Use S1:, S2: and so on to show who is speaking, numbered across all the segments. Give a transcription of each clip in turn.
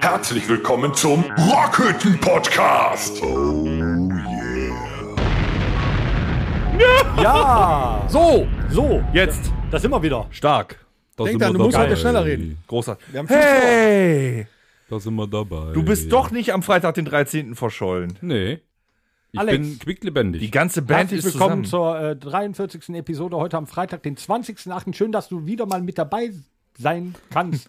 S1: Herzlich willkommen zum Rockhütten Podcast. Oh
S2: Ja!
S3: So,
S2: So,
S3: jetzt.
S2: das sind wir wieder.
S3: Stark. Da
S4: Denk
S3: sind
S4: dran,
S3: wir
S4: du musst
S3: dabei.
S4: heute schneller reden.
S3: Großartig.
S4: Wir haben Äh, viel
S3: Hey!
S5: Da sind wir dabei.
S3: Du bist doch nicht am Freitag, den 13. verschollen.
S4: Hm?
S5: Nee. Ich
S2: Alex.
S5: bin
S3: Die
S5: quicklebendig.
S3: ganze Band
S2: Herzlich
S3: ist
S2: willkommen
S3: zusammen.
S2: zur äh, 43. Episode heute am Freitag, den 20.08. Schön, dass du wieder mal mit dabei sein kannst.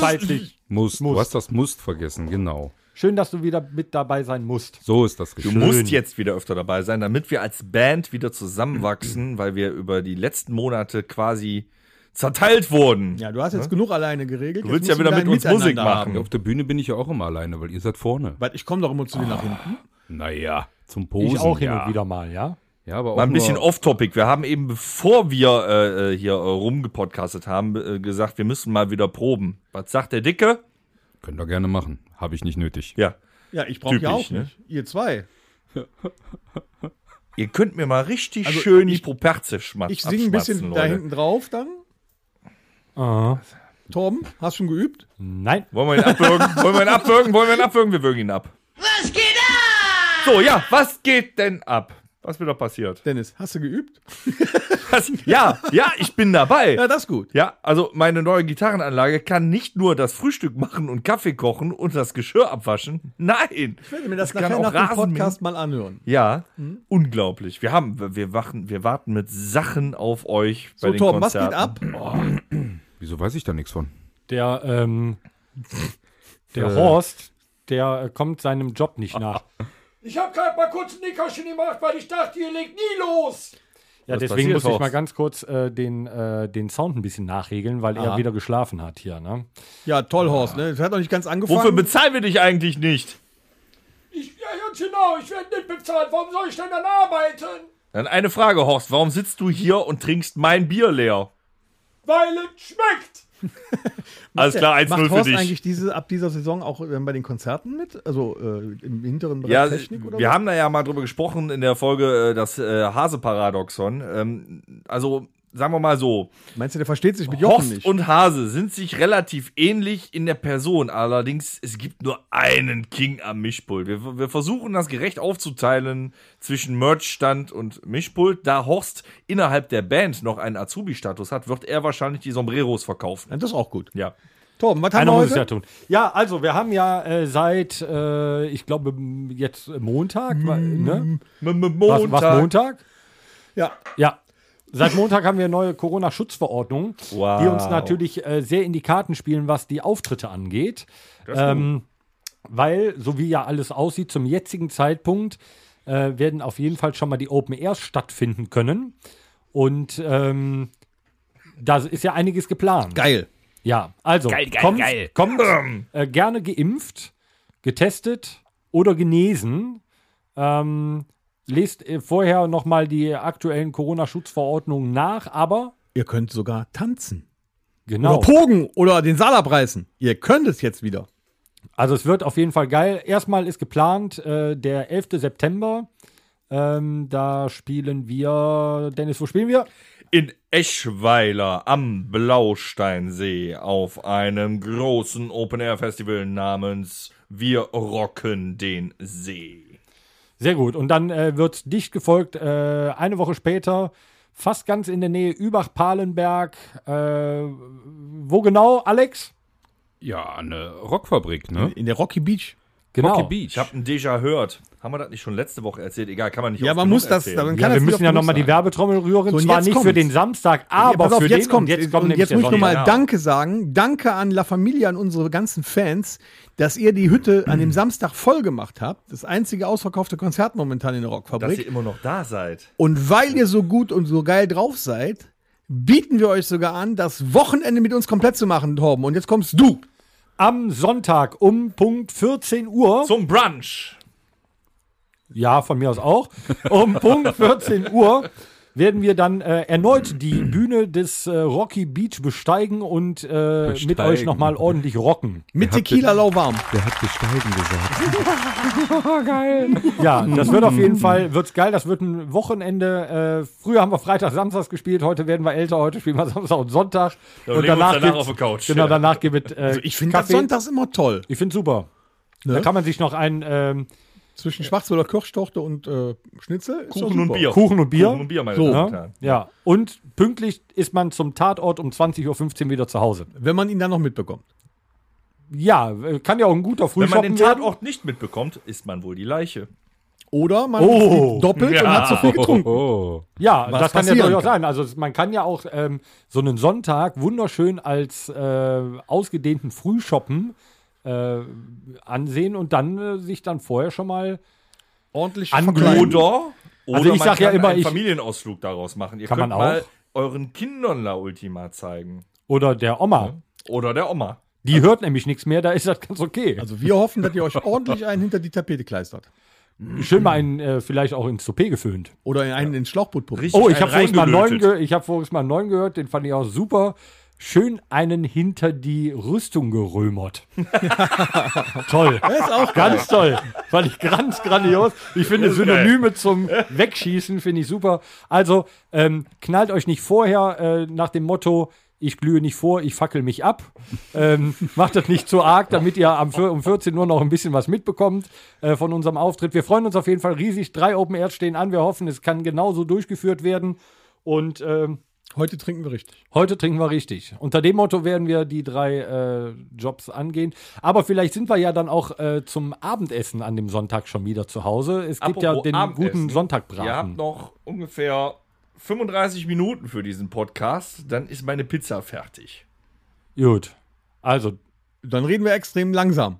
S2: Zeitlich.
S5: Musst.
S2: Musst.
S5: Du hast das Must vergessen, genau.
S2: Schön, dass du wieder mit dabei sein musst.
S5: So ist das
S3: Du
S5: geschehen.
S3: musst jetzt wieder öfter dabei sein, damit wir als Band wieder zusammenwachsen, weil wir über die letzten Monate quasi zerteilt wurden.
S4: Ja, du hast jetzt
S2: Ne?
S4: genug alleine geregelt.
S3: Du willst
S4: Jetzt
S3: ja
S4: musst
S3: wieder mit
S4: dein
S3: uns Musik
S4: Miteinander
S3: machen.
S5: Auf der Bühne bin ich ja auch immer alleine, weil ihr seid vorne.
S4: Weil ich komme doch immer zu dir nach hinten.
S5: Naja, zum Posen.
S2: ich auch hin
S5: ja.
S2: und wieder mal, ja?
S5: Ja, aber auch
S3: Mal ein bisschen
S5: nur-
S3: off-topic. Wir haben eben, bevor wir äh, äh, hier äh, rumgepodcastet haben, äh, gesagt, wir müssen mal wieder proben. Was sagt der Dicke?
S5: Könnt ihr gerne machen. Habe ich nicht nötig.
S3: Ja.
S4: Ja, ich brauche ja
S3: Typisch,
S4: auch
S3: ne?
S4: nicht. Ihr zwei.
S3: Ihr könnt mir mal richtig
S4: Also
S3: schön die
S4: ich-
S3: Properze schmatzen.
S4: Ich singe ein bisschen da hinten drauf dann.
S2: Ah.
S4: Torben, hast schon geübt?
S2: Nein.
S3: Wollen wir ihn abwürgen? Wollen wir ihn abwürgen? Wollen wir ihn abwürgen? Wir würgen ihn ab. Was geht ab? So, ja, was geht denn ab? Was wieder passiert?
S4: Dennis, hast du geübt?
S3: Das, ja, ja, ich bin dabei.
S4: Ja, das ist gut.
S3: Ja, also meine neue Gitarrenanlage kann nicht nur das Frühstück machen und Kaffee kochen und das Geschirr abwaschen. Nein.
S4: Ich werde mir das,
S3: Das kann
S4: nachher
S3: auch
S4: nach dem
S3: Rasen
S4: Podcast Hm? mal anhören.
S3: Ja, unglaublich. Wir haben, wir- wir wachen, wir warten mit Sachen auf euch bei
S4: So,
S3: den
S4: Oh, Torben, was
S3: Konzerten.
S4: geht ab?
S5: Wieso weiß ich da nichts von?
S2: Der, ähm, der
S3: Äh.
S2: Horst, der äh, kommt seinem Job nicht nach.
S6: Ich habe gerade mal kurz ein Nickerchen gemacht, weil ich dachte, ihr legt nie los.
S2: Ja,
S3: Was
S2: deswegen
S3: passiert,
S2: muss ich
S3: Horst?
S2: mal ganz kurz äh, den, äh, den Sound ein bisschen nachregeln, weil er wieder geschlafen hat hier, ne?
S4: Ja, toll, Horst. Ne? Das hat noch nicht ganz angefangen.
S3: Wofür bezahlen wir dich eigentlich nicht?
S6: Ich, ja, ganz genau, ich werde nicht bezahlt. Warum soll ich denn dann arbeiten?
S3: Dann eine Frage, Horst. Warum sitzt du hier und trinkst mein Bier leer?
S6: Weil es schmeckt.
S3: Alles klar, 1-0
S4: Macht
S3: für
S4: Horst
S3: dich.
S4: eigentlich diese, ab dieser Saison auch ähm, bei den Konzerten mit? Also äh, im hinteren Bereich
S3: Ja,
S4: Technik oder
S3: wir
S4: was?
S3: haben da ja mal drüber gesprochen in der Folge äh, das äh, Hase-Paradoxon. Ähm, also, sagen wir mal so,
S4: Meinst du, der versteht sich mit Jochen
S3: Horst
S4: nicht?
S3: und Hase sind sich relativ ähnlich in der Person, allerdings es gibt nur einen King am Mischpult. Wir, wir versuchen das gerecht aufzuteilen zwischen Merchstand und Mischpult. Da Horst innerhalb der Band noch einen Azubi-Status hat, wird er wahrscheinlich die Sombreros verkaufen.
S4: Ja, das ist auch gut.
S3: Ja.
S4: Torben, was haben
S2: Einer
S4: wir
S2: muss es
S4: heute?
S2: ja tun. Ja, also wir haben ja äh, seit, äh, ich glaube, m- jetzt Montag, wa- ne?
S3: M- m-
S2: Was, was Montag?
S4: Ja,
S2: Ja. Seit Montag haben wir neue Corona-Schutzverordnungen,
S3: Wow.
S2: die uns natürlich äh, sehr in die Karten spielen, was die Auftritte angeht. Ähm, weil, so wie ja alles aussieht, zum jetzigen Zeitpunkt äh, werden auf jeden Fall schon mal die Open Airs stattfinden können. Und ähm, da ist ja einiges geplant.
S4: geil.
S2: Ja, also kommt, kommt äh, gerne geimpft, getestet oder genesen. Ähm, lest äh, vorher nochmal die aktuellen Corona-Schutzverordnungen nach, aber
S4: Ihr könnt sogar tanzen.
S2: genau.
S4: Oder pogen oder den Saal abreißen. Ihr könnt es jetzt wieder.
S2: Also es wird auf jeden Fall geil. Erstmal ist geplant äh, der 11. September. Ähm, da spielen wir, Dennis, wo spielen wir?
S3: In Eschweiler am Blausteinsee auf einem großen Open-Air-Festival namens Wir rocken den See.
S2: Sehr gut. Und dann äh, wird dicht gefolgt, äh, eine Woche später, fast ganz in der Nähe, Übach-Palenberg. Äh, wo genau, Alex?
S5: Ja, eine Rockfabrik, ne?
S4: In der Rocky Beach.
S2: Genau.
S5: Rocky Beach.
S3: Ich hab ein Déjà gehört. Haben wir das nicht schon letzte Woche erzählt? Egal, kann man nicht
S4: Ja,
S3: oft
S4: man
S3: genug
S4: muss das.
S3: erzählen.
S4: man
S2: Ja,
S4: kann
S2: wir
S4: das nicht
S2: müssen ja
S4: oft
S2: nochmal die
S4: genug sagen.
S2: Werbetrommel rühren.
S4: So, und
S2: Zwar
S4: jetzt
S2: nicht für
S4: kommt's.
S2: den Samstag, aber
S4: pass auf,
S2: für
S4: jetzt
S2: den.
S4: kommt.
S2: und jetzt kommt
S4: und
S2: nämlich
S4: jetzt
S2: der
S4: muss ich
S2: Sonntag.
S4: nochmal
S3: Genau.
S4: Danke sagen. Danke an La Familia, an unsere ganzen Fans, dass ihr die Hütte an dem Samstag voll gemacht habt. Das einzige ausverkaufte Konzert momentan in der
S3: Dass ihr
S4: Rockfabrik.
S3: immer noch da seid.
S4: Und weil ihr so gut und so geil drauf seid, bieten wir euch sogar an, das Wochenende mit uns komplett zu machen, Torben. Und jetzt kommst du.
S2: Am Sonntag um Punkt 14 Uhr.
S3: Zum Brunch.
S2: Ja, von mir aus auch. Um Punkt 14 Uhr werden wir dann äh, erneut die Bühne des äh, Rocky Beach besteigen und äh, mit
S5: Besteigen.
S2: euch nochmal ordentlich rocken.
S4: Mit Tequila lauwarm.
S5: Der hat gesteigen gesagt.
S2: Ja, das wird auf jeden Fall, wird's geil, das wird ein Wochenende. Äh, früher haben wir Freitag, Samstags gespielt, heute werden wir älter, heute spielen wir Samstag und Sonntag.
S3: legen wir uns danach auf die Couch.
S2: Genau,
S3: Ja.
S2: danach geht mit äh,
S3: Also
S4: Ich finde das sonntags immer toll.
S2: Ich finde super.
S4: Ne?
S2: Da kann man sich noch einen ähm,
S4: Zwischen Schwarzwälder Kirschtorte und äh, Schnitzel. ist doch
S3: Kuchen und
S4: super.
S3: Bier.
S2: Kuchen und Bier.
S3: Kuchen und Bier, meine
S4: So.
S3: Damen und
S2: ne?
S3: Herren.
S2: Ja, und pünktlich ist man zum Tatort um 20.15 Uhr wieder zu Hause.
S4: Wenn man ihn dann noch mitbekommt.
S2: Ja, äh, kann ja auch ein guter
S3: Wenn man den
S2: Frühschoppen werden.
S3: Tatort nicht mitbekommt, ist man wohl die Leiche.
S4: Oder man
S2: Oh.
S4: fliegt doppelt und
S3: Ja.
S4: hat so viel getrunken.
S5: Oh.
S2: Ja,
S4: was
S2: das kann ja
S4: passieren
S2: durchaus
S4: kann.
S2: sein. Also es- man kann ja auch ähm, so einen Sonntag wunderschön als äh, ausgedehnten Frühschoppen äh, ansehen und dann äh, sich dann vorher schon mal
S4: Ordentlich
S2: Anglo-
S4: verkleiden.
S3: Oder, oder
S2: Also ich
S3: man
S2: sag ja
S3: kann
S2: immer,
S3: einen
S2: ich-
S3: Familienausflug daraus machen. Ihr
S2: Kann
S3: könnt
S2: man
S3: mal
S2: auch.
S3: euren Kindern La Ultima zeigen.
S2: oder der Oma.
S3: Oder der Oma.
S2: Die hört nämlich nichts mehr, da ist das ganz okay.
S4: Also wir hoffen, dass ihr euch ordentlich einen hinter die Tapete kleistert.
S2: Schön mal
S4: mhm.
S2: einen äh, vielleicht auch ins Toupet geföhnt.
S4: Oder einen ins Schlauchboot pumpt.
S3: Richtig
S2: Oh, ich
S3: einen
S2: habe vorhin mal neun,
S3: reingelötet.
S2: ge ich hab vorhin mal neun gehört, den fand ich auch super. Schön einen hinter die Rüstung gerömert. toll.
S4: ist auch
S2: Ganz toll. Fand ich ganz grandios. Ich finde Synonyme zum Wegschießen finde ich super. Also ähm, knallt euch nicht vorher äh, nach dem Motto, ich glühe nicht vor, ich fackel mich ab. Ähm, macht das nicht zu arg, damit ihr am, vier- um 14 Uhr noch ein bisschen was mitbekommt äh, von unserem Auftritt. Wir freuen uns auf jeden Fall riesig. Drei Open Airs stehen an. Wir hoffen, es kann genauso durchgeführt werden. Und ähm,
S4: Heute trinken wir richtig.
S2: Heute trinken wir richtig. Unter dem Motto werden wir die drei äh, Jobs angehen. Aber vielleicht sind wir ja dann auch äh, zum Abendessen an dem Sonntag schon wieder zu Hause. Es gibt ja
S3: Apropos
S2: den
S3: Abendessen.
S2: guten
S3: Ihr habt
S2: Sonntagbraten.
S3: noch ungefähr 35 Minuten für diesen Podcast, dann ist meine Pizza fertig.
S2: Gut. Also,
S4: Dann reden wir extrem langsam.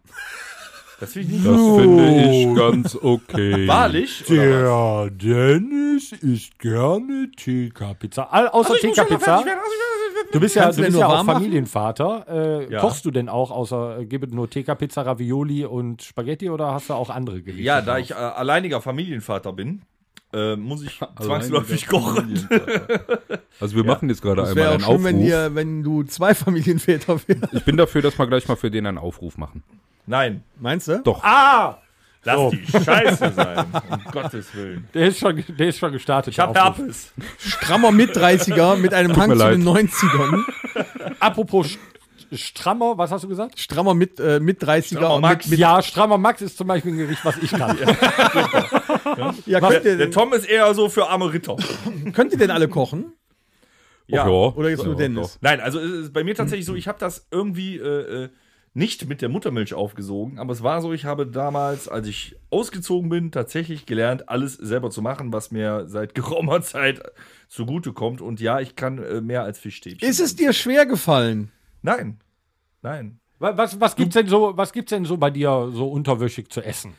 S3: Das finde ich nicht
S5: Das finde ich ganz okay.
S3: wahrlich. Oder was?
S2: Dennis isst gerne TK-Pizza. Außer
S3: Also,
S2: TK-Pizza. Du bist ja,
S4: Kannst
S2: du
S4: du
S2: bist
S4: denn nur
S2: ja auch
S4: warm machen?
S2: Familienvater. Äh,
S3: Ja.
S2: Kochst du denn auch außer, äh, gibt es nur TK-Pizza, Ravioli und Spaghetti oder hast du auch andere Gerichte?
S3: Ja, da
S2: drauf?
S3: ich äh, alleiniger Familienvater bin, äh, muss ich zwangsläufig kochen.
S5: Also wir machen jetzt gerade
S4: Das
S5: einmal
S4: wäre auch
S5: einen
S4: schön,
S5: Aufruf.
S4: wenn, ihr, wenn du zwei Familienväter wärst.
S5: Ich bin dafür, dass wir gleich mal für den einen Aufruf machen.
S3: Nein,
S4: Meinst du?
S5: Doch.
S2: Ah!
S3: lass die Scheiße sein. Um Gottes Willen.
S2: Der ist schon, der ist schon gestartet.
S3: Ich habe
S2: der Aufruf.
S3: Herpes.
S4: Strammer mit 30er mit einem Hang
S5: mir
S4: zu
S5: leid.
S4: den 90ern.
S2: Apropos Sch- Strammer, was hast du gesagt?
S4: Strammer mit, äh, mit 30er
S3: Strammer
S4: und
S3: Max.
S4: mit,
S2: ja, Strammer Max ist zum Beispiel ein Gericht, was ich kann.
S4: mit
S3: Der,
S4: ja, könnt, ihr
S3: der
S4: denn,
S3: Tom ist eher so für arme Ritter.
S4: könnt ihr denn alle kochen?
S3: Ja.
S4: Oder jetzt nur Dennis?
S3: Nein, also es ist bei mir tatsächlich so, ich habe das irgendwie äh, äh, nicht mit der Muttermilch aufgesogen, aber es war so, ich habe damals, als ich ausgezogen bin, tatsächlich gelernt, alles selber zu machen, was mir seit geraumer Zeit zugutekommt. Und ja, ich kann äh, mehr als Fischstäbchen.
S4: Ist es dir schwer gefallen?
S3: Nein. Nein.
S2: Wa- Was, was gibt's denn so, was gibt's denn so bei dir so unterwöchig zu essen?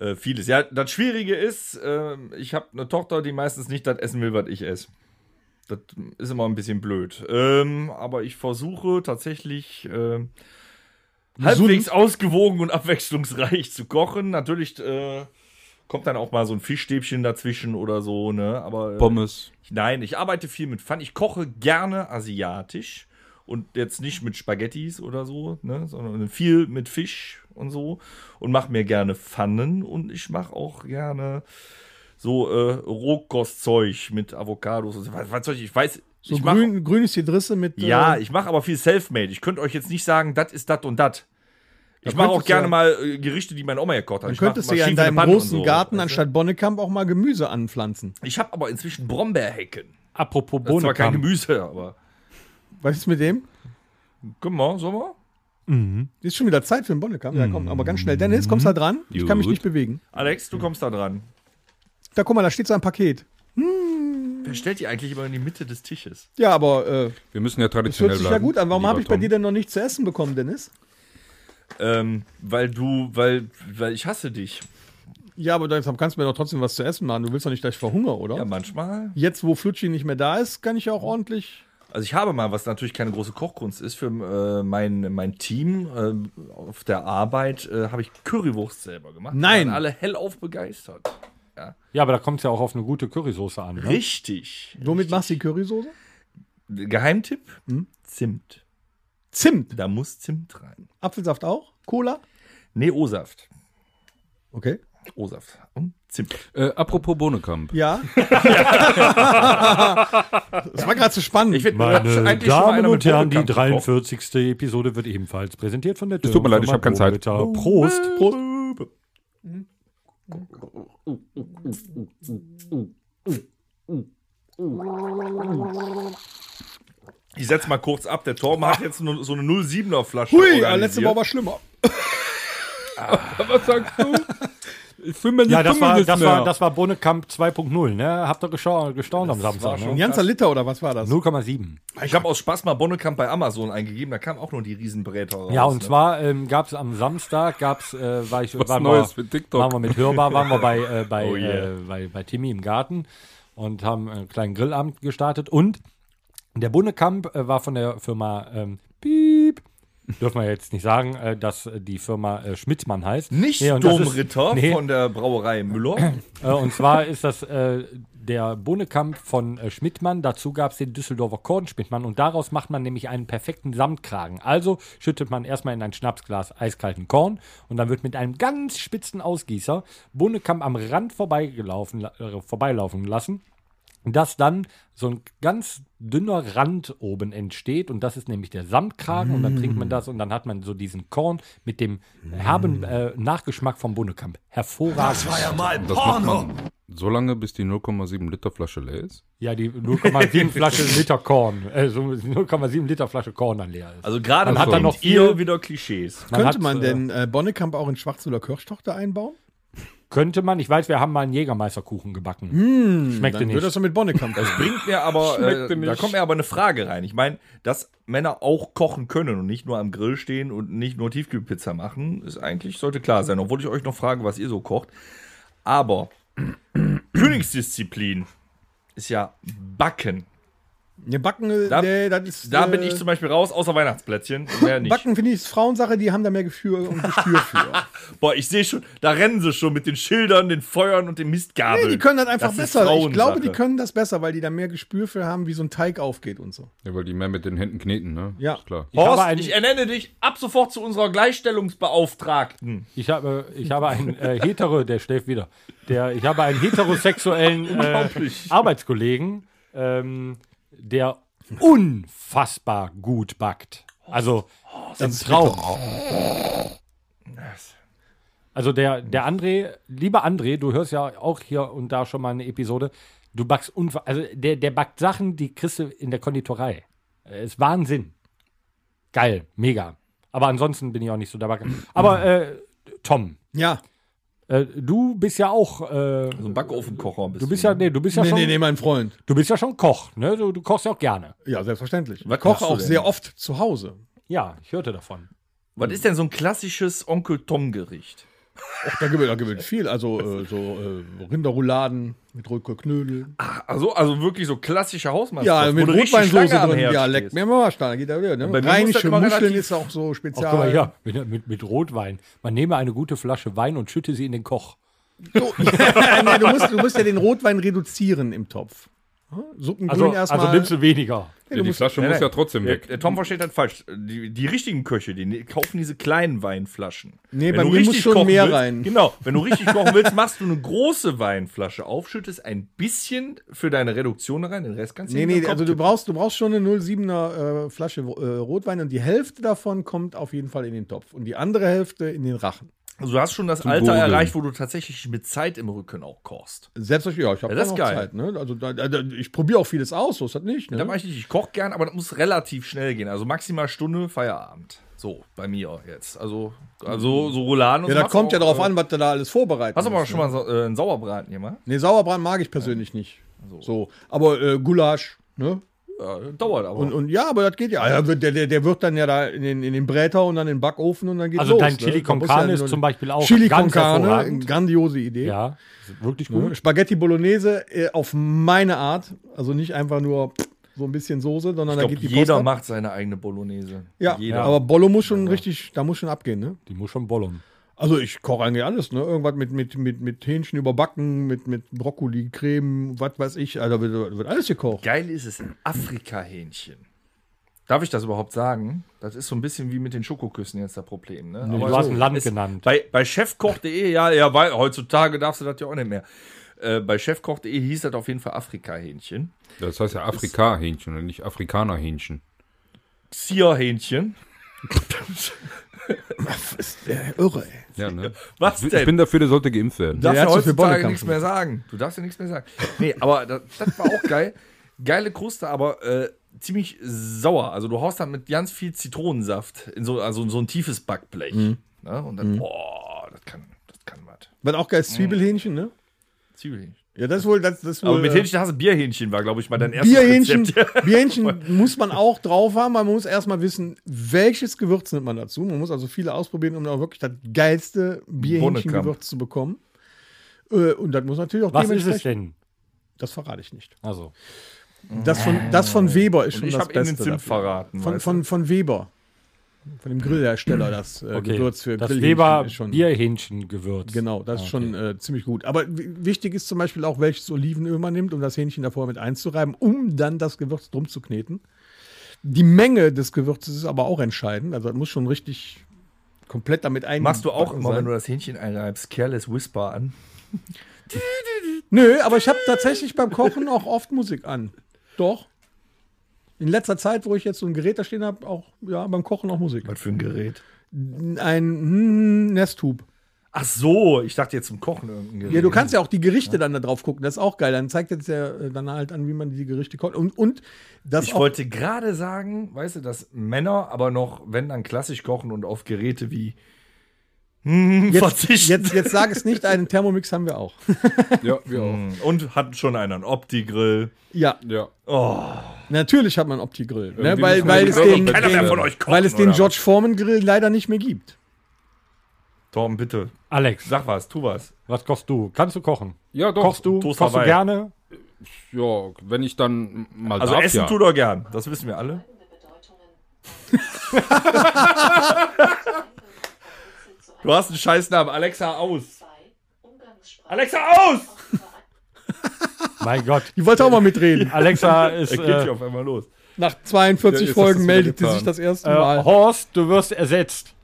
S3: Äh, vieles. Ja, das Schwierige ist, ähm, ich habe eine Tochter, die meistens nicht das essen will, was ich esse. Das ist immer ein bisschen blöd. Ähm, aber ich versuche tatsächlich ähm, halbwegs ausgewogen und abwechslungsreich zu kochen. Natürlich äh, kommt dann auch mal so ein Fischstäbchen dazwischen oder so, ne? Aber äh,
S5: Pommes.
S3: ich, nein, ich arbeite viel mit Pfannen. Ich koche gerne asiatisch und jetzt nicht mit Spaghettis oder so, ne, sondern viel mit Fisch und so und mache mir gerne Pfannen und ich mache auch gerne so äh, Rohkostzeug mit Avocados und so. Was, was soll ich, ich weiß,
S4: So
S3: ich mache
S4: grün, grün ist die Drisse mit.
S3: ja,
S4: äh,
S3: ich mache aber viel Selfmade. Ich könnte euch jetzt nicht sagen, das ist das und das. Ich mache auch
S4: könntest
S3: gerne
S4: du ja-
S3: mal äh, Gerichte, die meine Oma gekocht hat.
S4: dann
S3: Ich mach
S4: könntest du
S3: mal
S4: ja in
S3: schiefe
S4: deinem
S3: Pannen und
S4: großen
S3: so,
S4: Garten
S3: weißt du?
S4: anstatt Bonnekamp auch mal Gemüse anpflanzen.
S3: Ich habe aber inzwischen Brombeerhecken.
S2: Apropos
S3: Das ist zwar kein
S2: Bohnenkamm.
S3: Gemüse, aber.
S4: Was ist mit dem?
S3: Guck mal, Sommer.
S4: Ist schon wieder Zeit für den Bonnekamp. Ja, komm, aber ganz schnell. Dennis, kommst da dran? Ich kann mich
S5: Gut.
S4: nicht bewegen.
S3: Alex, du kommst da dran.
S4: Da guck mal, da steht so ein Paket.
S3: Wer stellt die eigentlich immer in die Mitte des Tisches?
S4: Ja, aber äh,
S5: Wir müssen ja
S4: das hört
S5: traditionell
S4: sich
S5: bleiben.
S4: ja gut an. Warum
S5: lieber
S4: habe ich bei
S5: Tom.
S4: dir denn noch nichts zu essen bekommen, Dennis?
S3: Ähm, weil du, weil, weil ich hasse dich.
S4: Ja, aber deshalb kannst du mir doch trotzdem was zu essen machen. Du willst doch nicht, dass ich verhungere, oder?
S3: Ja, manchmal.
S4: Jetzt, wo Flutschi nicht mehr da ist, kann ich ja auch ordentlich.
S3: Also ich habe mal, was natürlich keine große Kochkunst ist, für äh, mein, mein Team äh, auf der Arbeit äh, habe ich Currywurst selber gemacht.
S4: Nein.
S3: Die waren alle hellauf begeistert. ja.
S2: Ja, aber da kommt es ja auch auf eine gute Currysoße an. Ne?
S3: Richtig.
S4: Womit machst du die Currysoße?
S3: Geheimtipp: Zimt.
S4: Zimt.
S3: Da muss Zimt rein.
S4: Apfelsaft auch? Cola?
S3: Nee, O-Saft.
S4: Okay.
S3: O-Saft. Und Zimt.
S5: Äh, apropos Bohnekamp.
S4: Ja. das war gerade zu spannend.
S3: Ich find, das ist
S2: Meine
S3: eigentlich schon mal
S2: Damen
S3: einer
S2: und
S3: mit
S2: Herren, die
S3: Bohnenkampf drauf.
S2: 43. Episode wird ebenfalls präsentiert von der
S5: Es tut mir leid, ich
S2: Firma
S5: hab keine Zeit.
S2: Bohnenritter. Prost.
S3: Äh,
S2: Prost.
S3: Ich setz mal kurz ab. Der Torben hat jetzt nur so eine 07er Flasche.
S4: Hui, aber
S3: organisiert.
S4: letzte Woche war schlimmer.
S5: Was sagst du? Ich fühle mich
S2: Ja, das war, das war, das war Bonnekamp 2.0, ne? Habt ihr gestaunt, gestaunt am
S3: war
S2: Samstag,
S3: schon
S2: ne?
S4: Ein ganzer Liter oder was war das?
S2: 0,7.
S3: Ich habe aus Spaß mal Bonnekamp bei Amazon eingegeben. Da kam auch nur die Riesenbräter raus.
S2: Ja, und
S3: ne?
S2: zwar ähm, gab es am Samstag, gab's, äh, war ich,
S5: Was
S2: waren,
S5: Neues
S2: wir,
S5: für TikTok.
S2: waren wir mit Hörbar, waren wir bei, äh, bei,
S3: Oh
S2: äh,
S3: yeah.
S2: bei, bei Timmy im Garten und haben einen kleinen Grillabend gestartet. Und der Bunnekamp äh, war von der Firma ähm, Piep. Dürfen wir jetzt nicht sagen, äh, dass äh, die Firma äh, Schmidtmann heißt.
S3: nicht
S2: Nee, und das ist-
S3: Domritter
S2: nee,
S3: von der Brauerei Müller.
S2: äh, und zwar ist das äh, der Bohnenkamp von äh, Schmidtmann. Dazu gab es den Düsseldorfer Kornschmidtmann und daraus macht man nämlich einen perfekten Samtkragen. Also schüttet man erstmal in ein Schnapsglas eiskalten Korn und dann wird mit einem ganz spitzen Ausgießer Bohnenkamp am Rand vorbeigelaufen, äh, vorbeilaufen lassen dass dann so ein ganz dünner Rand oben entsteht und das ist nämlich der Samtkragen und dann trinkt man das und dann hat man so diesen Korn mit dem herben äh, Nachgeschmack vom Bunnekamp. Hervorragend.
S5: das macht man so lange, bis die 0,7 Liter Flasche leer ist.
S2: Ja, die 0,7 Flasche Liter Korn, äh, so 0,7 Liter Flasche Korn dann leer ist.
S3: Also gerade
S2: Man hat
S3: nennt
S2: da noch
S3: ihr
S2: viel-
S3: wieder Klischees.
S4: Könnte
S2: hat,
S4: man
S2: äh,
S4: denn äh, Bonnekamp auch in Schwarzwälder Kirschtochter einbauen?
S2: Könnte man, ich weiß, wir haben mal einen Jägermeisterkuchen gebacken. Schmeckte
S4: Hm, Dann würde das
S2: nicht.
S4: doch mit Bonnekamp gehen.
S3: Bringt mir aber,
S5: Schmeckte
S3: äh, da
S5: nicht.
S3: kommt mir aber eine Frage rein. Ich meine, dass Männer auch kochen können und nicht nur am Grill stehen und nicht nur Tiefkühlpizza machen, ist eigentlich, sollte klar sein. Obwohl ich euch noch frage, was ihr so kocht. Aber Königsdisziplin ist ja Backen.
S4: Ja, Backen, äh,
S3: Da-
S4: nee, das ist,
S3: Da
S4: äh,
S3: bin ich zum Beispiel raus, außer Weihnachtsplätzchen. Mehr nicht.
S4: Backen finde ich ist Frauensache, die haben da mehr Gefühl und Gespür für.
S3: Boah, ich sehe schon, da rennen sie schon mit den Schildern, den Feuern und den Mistgabeln.
S4: Nee, die können das einfach
S3: Das ist
S4: besser. Ich glaube,
S3: Frauensache.
S4: die können das besser, weil die da mehr Gespür für haben, wie so ein Teig aufgeht und so.
S5: Ja, weil die mehr mit den Händen kneten, ne?
S4: Ja.
S5: Ist klar.
S2: habe
S3: Horst,
S2: einen-
S3: ich ernenne dich ab sofort zu unserer Gleichstellungsbeauftragten.
S2: Ich habe, ich habe einen äh, hetero, der schläft wieder. Der, ich habe einen heterosexuellen äh, Arbeitskollegen, ähm, der unfassbar gut backt. Also im Traum. Also der, der André, lieber André, du hörst ja auch hier und da schon mal eine Episode. Du backst unfa also der, der backt Sachen, die kriegst du in der Konditorei. Äh, Ist Wahnsinn. Geil, mega. Aber ansonsten bin ich auch nicht so der Backer. Aber äh, Tom,
S4: Ja.
S2: äh, du bist ja auch, äh,
S3: So ein Backofenkocher bist
S2: du bist ja, nee, du bist ja
S4: Nee,
S2: schon,
S4: nee, nee, mein Freund.
S2: du bist ja schon Koch, ne? Du, du kochst ja auch gerne.
S4: Ja, selbstverständlich.
S3: Was
S4: Ich koche
S3: machst du
S4: auch
S3: denn?
S4: sehr oft zu Hause.
S2: Ja, ich hörte davon.
S3: Was ist denn so ein klassisches Onkel-Tom-Gericht?
S4: Da gibt es da gibt es viel. Also äh, so äh, Rinderrouladen mit Rotkohlknödel.
S3: Also, also wirklich so klassische Hausmeister.
S4: Ja, mit Rotweinsoße drin. Ja, leck mir
S3: mir.
S4: mal was da. Geht da wieder, ne?
S3: bei mir muss das
S4: Rheinische
S3: immer
S4: Muscheln
S3: relativ-
S4: ist auch so
S2: Ach,
S4: spezial.
S2: guck mal hier, mit, mit, mit Rotwein. Man nehme eine gute Flasche Wein und schütte sie in den Koch.
S4: So, nein, nein, du, musst, du musst ja den Rotwein reduzieren im Topf. Hm? Suppengrün
S2: Also,
S4: erstmal.
S2: also nimmst du weniger.
S4: Ja,
S5: Ja,
S4: du
S5: die
S4: musst-
S5: Flasche muss ja trotzdem weg.
S3: Der Tom versteht das falsch. Die, die richtigen Köche, die ne- kaufen diese kleinen Weinflaschen.
S4: Nee,
S3: Wenn
S4: bei
S3: du
S4: mir muss
S3: richtig
S4: schon
S3: kochen
S4: mehr
S3: willst,
S4: rein.
S3: Genau, wenn du richtig kochen willst, machst du eine große Weinflasche auf, schüttest ein bisschen für deine Reduktion rein, den Rest kannst du
S4: Nee,
S3: in den
S4: nee,
S3: Kopf
S4: also du
S3: tippen.
S4: brauchst, du brauchst schon eine 0,7er äh, Flasche äh, Rotwein und die Hälfte davon kommt auf jeden Fall in den Topf und die andere Hälfte in den Rachen.
S3: Also du hast schon das Alter
S5: Gurgeln. Mhm.
S3: erreicht, wo du tatsächlich mit Zeit im Rücken auch kochst.
S4: Selbstverständlich, ja, ich habe
S3: Ja, das ist geil.
S4: Zeit. Ne? Also da, da, da, ich probiere auch vieles aus, so ist das nicht.
S3: Da
S4: Ne?
S3: mache ich nicht, ich koche gern, aber das muss relativ schnell gehen. Also maximal Stunde, Feierabend. So, bei mir jetzt. Also, also so Rouladen und
S4: Ja,
S3: so
S4: da
S3: machst
S4: kommt
S3: du
S4: ja
S3: auch,
S4: drauf
S3: äh,
S4: an, was du da alles vorbereitet
S3: Hast du aber schon mal so, äh, einen Sauerbraten gemacht?
S4: Nee, Sauerbraten mag ich persönlich nicht. So, aber äh, Gulasch, ne?
S3: Ja, dauert aber.
S4: Und, und ja, aber das geht ja. Ja, Also wird- Der, der, der wird dann ja da in den, in den Bräter und dann in den Backofen und dann geht's
S2: Also
S4: los.
S2: dein
S4: ne?
S2: Chili
S4: Da
S2: con
S4: musst du ja
S2: Carne
S4: nur-
S2: ist zum Beispiel auch
S4: Chili con
S2: ganz
S4: Carne,
S2: hervorragend.
S4: grandiose Idee.
S2: Ja, Mhm. ist wirklich
S4: Ne?
S2: gut.
S4: Spaghetti Bolognese äh, auf meine Art, also nicht einfach nur so ein bisschen Soße, sondern
S3: ich
S4: da
S3: glaub,
S4: geht die
S3: jeder
S4: Post ab.
S3: macht seine eigene Bolognese.
S4: Ja,
S3: jeder.
S4: aber Bollo muss schon richtig, da muss schon abgehen, ne?
S2: Die muss schon bollern.
S4: Also ich koche eigentlich alles, ne? Irgendwas mit, mit, mit, mit Hähnchen überbacken, mit, mit Brokkoli, Creme, was weiß ich. Also wird, wird alles gekocht.
S3: Geil ist es ein Afrika-Hähnchen. Darf ich das überhaupt sagen? Das ist so ein bisschen wie mit den Schokoküssen jetzt das Problem. Ne?
S2: Du
S3: so-
S2: hast ein Land
S3: es-
S2: genannt.
S3: Bei, bei chefkoch.de, ja, ja, weil heutzutage darfst du das ja auch nicht mehr. Äh, bei chefkoch.de hieß das auf jeden Fall Afrika-Hähnchen.
S5: Das heißt ja Afrika-Hähnchen und nicht Afrikaner-Hähnchen.
S3: Xier-Hähnchen.
S4: Irre, ey.
S5: Ja, ne?
S3: Was
S5: Ich
S3: denn?
S5: bin dafür, der sollte geimpft werden.
S3: Du darfst
S4: Der
S3: ja
S4: hat so viel Bolle
S3: heutzutage
S4: kampfen.
S3: nichts mehr sagen. Du darfst ja nichts mehr sagen. Nee, aber das, das war auch geil. Geile Kruste, aber äh, ziemlich sauer. Also du haust dann mit ganz viel Zitronensaft in so, also in so ein tiefes Backblech.
S4: Mhm.
S3: Ne? Und dann, boah, das kann, das kann was.
S4: Was auch geil ist, Zwiebelhähnchen, ne?
S3: Zwiebelhähnchen.
S4: Ja, das ist wohl, das, das ist wohl.
S3: Aber mit
S4: äh,
S3: Hähnchen hast du Bierhähnchen, war, glaube ich, mal dein erstes
S4: Bierhähnchen,
S3: Rezept.
S4: Bierhähnchen muss man auch drauf haben, weil man muss erstmal wissen, welches Gewürz nimmt man dazu. Man muss also viele ausprobieren, um auch wirklich das geilste
S3: Bonnekamp.
S4: Bierhähnchengewürz zu bekommen. Äh, Und das muss natürlich auch
S2: Was ist es denn?
S4: Das verrate ich nicht.
S2: Also,
S4: Das von, das von Weber ist schon
S3: Ich
S4: das
S3: habe eben den
S4: Beste.
S3: Zimt
S4: dafür.
S3: verraten.
S4: Von,
S3: weißt
S4: von, von Weber. Von dem Grillhersteller, das äh,
S2: okay.
S4: Gewürz für
S2: das
S4: Grillhähnchen
S2: Weber
S4: ist schon.
S2: Bierhähnchen-Gewürz.
S4: Genau, das ist
S3: Ah,
S4: schon äh, ziemlich gut. Aber w- wichtig ist zum Beispiel auch, welches Olivenöl man nimmt, um das Hähnchen davor mit einzureiben, um dann das Gewürz drum zu kneten. Die Menge des Gewürzes ist aber auch entscheidend. Also das muss schon richtig komplett damit ein.
S3: du. Machst du auch immer,
S4: sein.
S3: wenn du das Hähnchen einreibst, Careless Whisper an?
S4: Nö, aber ich habe tatsächlich beim Kochen auch oft Musik an. Doch. In letzter Zeit, wo ich jetzt so ein Gerät da stehen habe, auch ja, beim Kochen auch Musik.
S3: Was für ein Gerät?
S4: Ein hm, Nesthub.
S3: Ach so, ich dachte jetzt zum Kochen irgendein Gerät.
S4: Ja,
S5: Äh,
S4: du kannst ja auch die Gerichte dann da drauf gucken. Das ist auch geil. Dann zeigt jetzt der äh, dann halt an, wie man die Gerichte kocht. Und, und das
S3: Ich
S4: auch
S3: wollte gerade sagen, weißt du, dass Männer aber noch, wenn dann klassisch kochen und auf Geräte wie hm,
S4: Jetzt,
S3: verzichten.
S4: jetzt, jetzt sag es nicht, einen Thermomix haben wir auch.
S5: Ja, wir auch.
S3: Hm, Und hatten schon einen Opti-Grill.
S4: Ja,
S5: Ja.
S4: natürlich hat man Opti-Grill. Ne?
S5: Irgendwie
S4: Weil,
S5: müssen
S4: weil,
S5: wir
S4: es
S5: die
S4: den,
S5: Burger-
S3: Keiner
S5: Keiner mehr
S3: mehr
S4: den,
S3: von
S5: von
S3: euch kochen,
S4: weil es den George Foreman-Grill leider nicht mehr gibt.
S3: Torben, bitte,
S2: Alex,
S3: sag was, tu was.
S2: was kochst du? Kannst du kochen?
S5: Ja, doch.
S2: Kochst du?
S3: Toast
S2: Kochst du
S3: dabei.
S2: gerne?
S5: Ja, wenn ich dann mal
S3: Also
S5: darf,
S3: essen
S5: ja.
S3: tu doch gern, das wissen wir alle. Du hast einen Scheißnamen, Alexa aus. Alexa aus!
S2: Mein Gott.
S4: Die wollte auch mal mitreden.
S2: Alexa ist.
S3: Er geht
S2: Äh,
S3: hier auf einmal los.
S4: Nach
S5: Ja,
S4: 42
S5: jetzt hast
S4: Folgen
S5: du's
S4: meldet sie
S5: wieder
S4: sich das erste
S2: äh,
S4: Mal.
S2: Horst, du wirst ersetzt.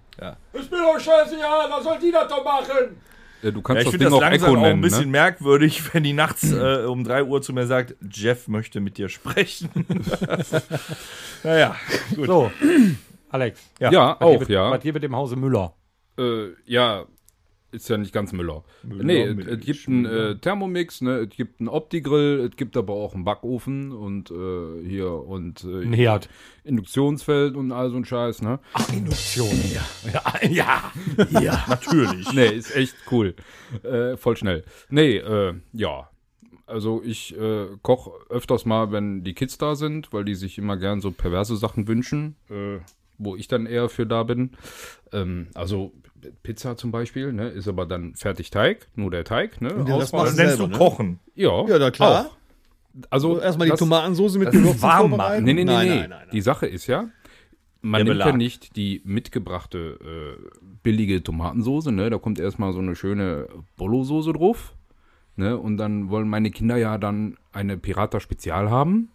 S6: Ist mir doch scheißegal, was soll die das doch machen?
S5: Ja, du
S3: Ja,
S5: kannst
S3: ich
S5: das
S3: finde
S5: Ding
S3: das
S5: auch
S3: langsam
S5: Echo
S3: auch ein
S5: nennen,
S3: bisschen
S5: ne?
S3: merkwürdig, wenn die nachts äh, um 3 Uhr zu mir sagt, Jeff möchte mit dir sprechen. naja, gut.
S2: So, Alex.
S3: Ja,
S5: Ja,
S2: Hier
S5: auch,
S2: wird-
S5: ja.
S2: Was hier mit dem Hause Müller?
S5: Äh, ja, ist ja nicht ganz Müller. nee,
S3: mit
S5: es- es gibt einen äh, Thermomix, ne, es gibt einen Opti-Grill, es gibt aber auch einen Backofen und äh, hier und äh,
S2: Ein Herd.
S5: Induktionsfeld und all so ein Scheiß, ne?
S2: Induktion. Ja. ja.
S3: Natürlich.
S5: Nee, ist echt cool. Äh, voll schnell. Nee, äh, ja. Also ich äh, koche öfters mal, wenn die Kids da sind, weil die sich immer gern so perverse Sachen wünschen, äh, wo ich dann eher für da bin. Ähm, also Pizza zum Beispiel, ne, ist aber dann fertig Teig, nur der Teig, ne?
S4: den lässt
S5: Auswahl-
S4: man
S3: Das nennst du
S4: selber, ne?
S3: Kochen.
S5: ja,
S4: Ja, na klar.
S5: Auch. Also
S4: Erstmal die
S5: das-
S4: Tomatensoße mit
S3: das ist
S4: Gewürzen
S3: warm
S4: vorbereiten.
S5: Nee, nee, nee,
S4: nein,
S5: nee.
S4: nein, nein, nein.
S5: Die Sache ist ja, man
S3: Der
S5: nimmt
S3: Belag.
S5: ja nicht die mitgebrachte äh, billige Tomatensoße, ne? Da kommt erstmal so eine schöne Bolo-Soße drauf, ne? Und dann wollen meine Kinder ja dann eine Pirata-Spezial haben.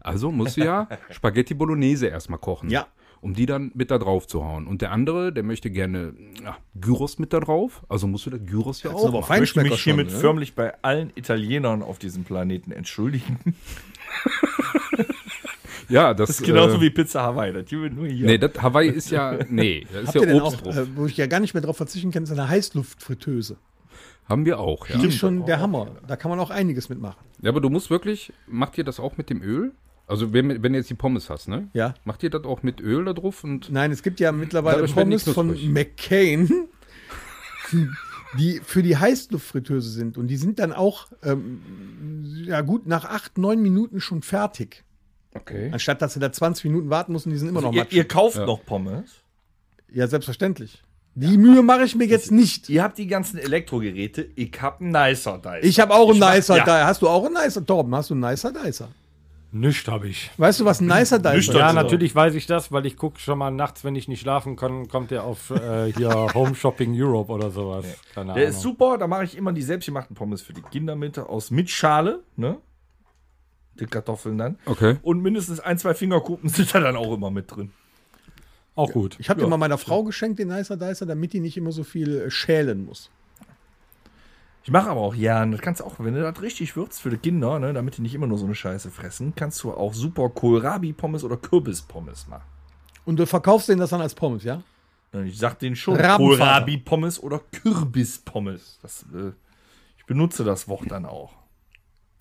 S5: Also musst du ja Spaghetti Bolognese erstmal kochen.
S4: Ja.
S5: Um die dann mit da drauf zu hauen. Und der andere, der möchte gerne ja, Gyros mit da drauf. Also musst du das Gyros ja
S4: Das ist
S5: auch
S4: aber
S5: machen.
S3: Ich möchte
S4: Feinschmecker
S3: mich
S4: schon.
S3: hiermit
S4: Ne?
S3: förmlich bei allen Italienern auf diesem Planeten entschuldigen.
S5: Ja, das,
S3: Das ist genauso
S5: äh,
S3: wie Pizza Hawaii. Das gibt es nur hier.
S5: Nee, das Hawaii ist ja. Nee, da ist
S4: Habt ihr
S5: ja
S4: denn
S5: Obst
S4: auch,
S5: drauf.
S4: äh, wo ich ja gar nicht mehr drauf verzichten kann, ist eine Heißluftfritteuse.
S5: Haben wir auch, ja.
S4: Die ist schon der Hammer. Da kann man auch einiges mitmachen.
S5: Ja, aber du musst wirklich, macht ihr das auch mit dem Öl? Also wenn, wenn du jetzt die Pommes hast, ne?
S4: Ja.
S5: Macht ihr das auch mit Öl da drauf und
S4: Nein, es gibt ja mittlerweile
S5: Dadurch werden die
S4: Pommes von
S5: knusprig.
S4: McCain, die für die Heißluftfritteuse sind. Und die sind dann auch, ähm, ja gut, nach acht, neun Minuten schon fertig.
S5: okay.
S4: Anstatt, dass sie da 20 Minuten warten müssen, die sind immer noch
S3: Also ihr,
S4: matschig.
S3: ihr kauft noch Pommes.
S4: ja, selbstverständlich. Die Mühe mache ich mir jetzt nicht.
S3: Ihr habt die ganzen Elektrogeräte. Ich hab einen Nicer Dicer.
S4: Ich habe auch einen Nicer
S3: ja.
S4: Dicer. Hast du auch einen Nicer? Torben, hast du einen Nicer Dicer?
S2: Nüscht habe ich.
S4: Weißt du, was nicer da ist?
S3: Nüchtern.
S2: Ja,
S3: Also-
S2: natürlich weiß ich das, weil ich gucke schon mal nachts, wenn ich nicht schlafen kann, kommt der auf äh, hier Home Shopping Europe oder sowas. Keine
S3: Der
S2: Ahnung.
S3: ist super, da mache ich immer die selbstgemachten Pommes für die Kinder mit, aus mit Schale, ne? Die Kartoffeln dann.
S5: Okay.
S3: Und mindestens ein, zwei Fingerkuppen sind da dann auch immer mit drin.
S2: Auch gut.
S4: Ich habe den mal meiner Frau geschenkt, den Nicer Dicer, damit die nicht immer so viel äh, schälen muss.
S3: Ich mache aber auch Jan, das kannst du auch, wenn du das richtig würzt für die Kinder, ne, damit die nicht immer nur so eine Scheiße fressen, kannst du auch super Kohlrabi-Pommes oder Kürbis-Pommes machen.
S4: Und du verkaufst denen das dann als Pommes, ja?
S3: Und Ich sag den schon,
S4: Rabenvater.
S3: Kohlrabi-Pommes oder Kürbis-Pommes. Das, äh, ich benutze das Wort dann auch.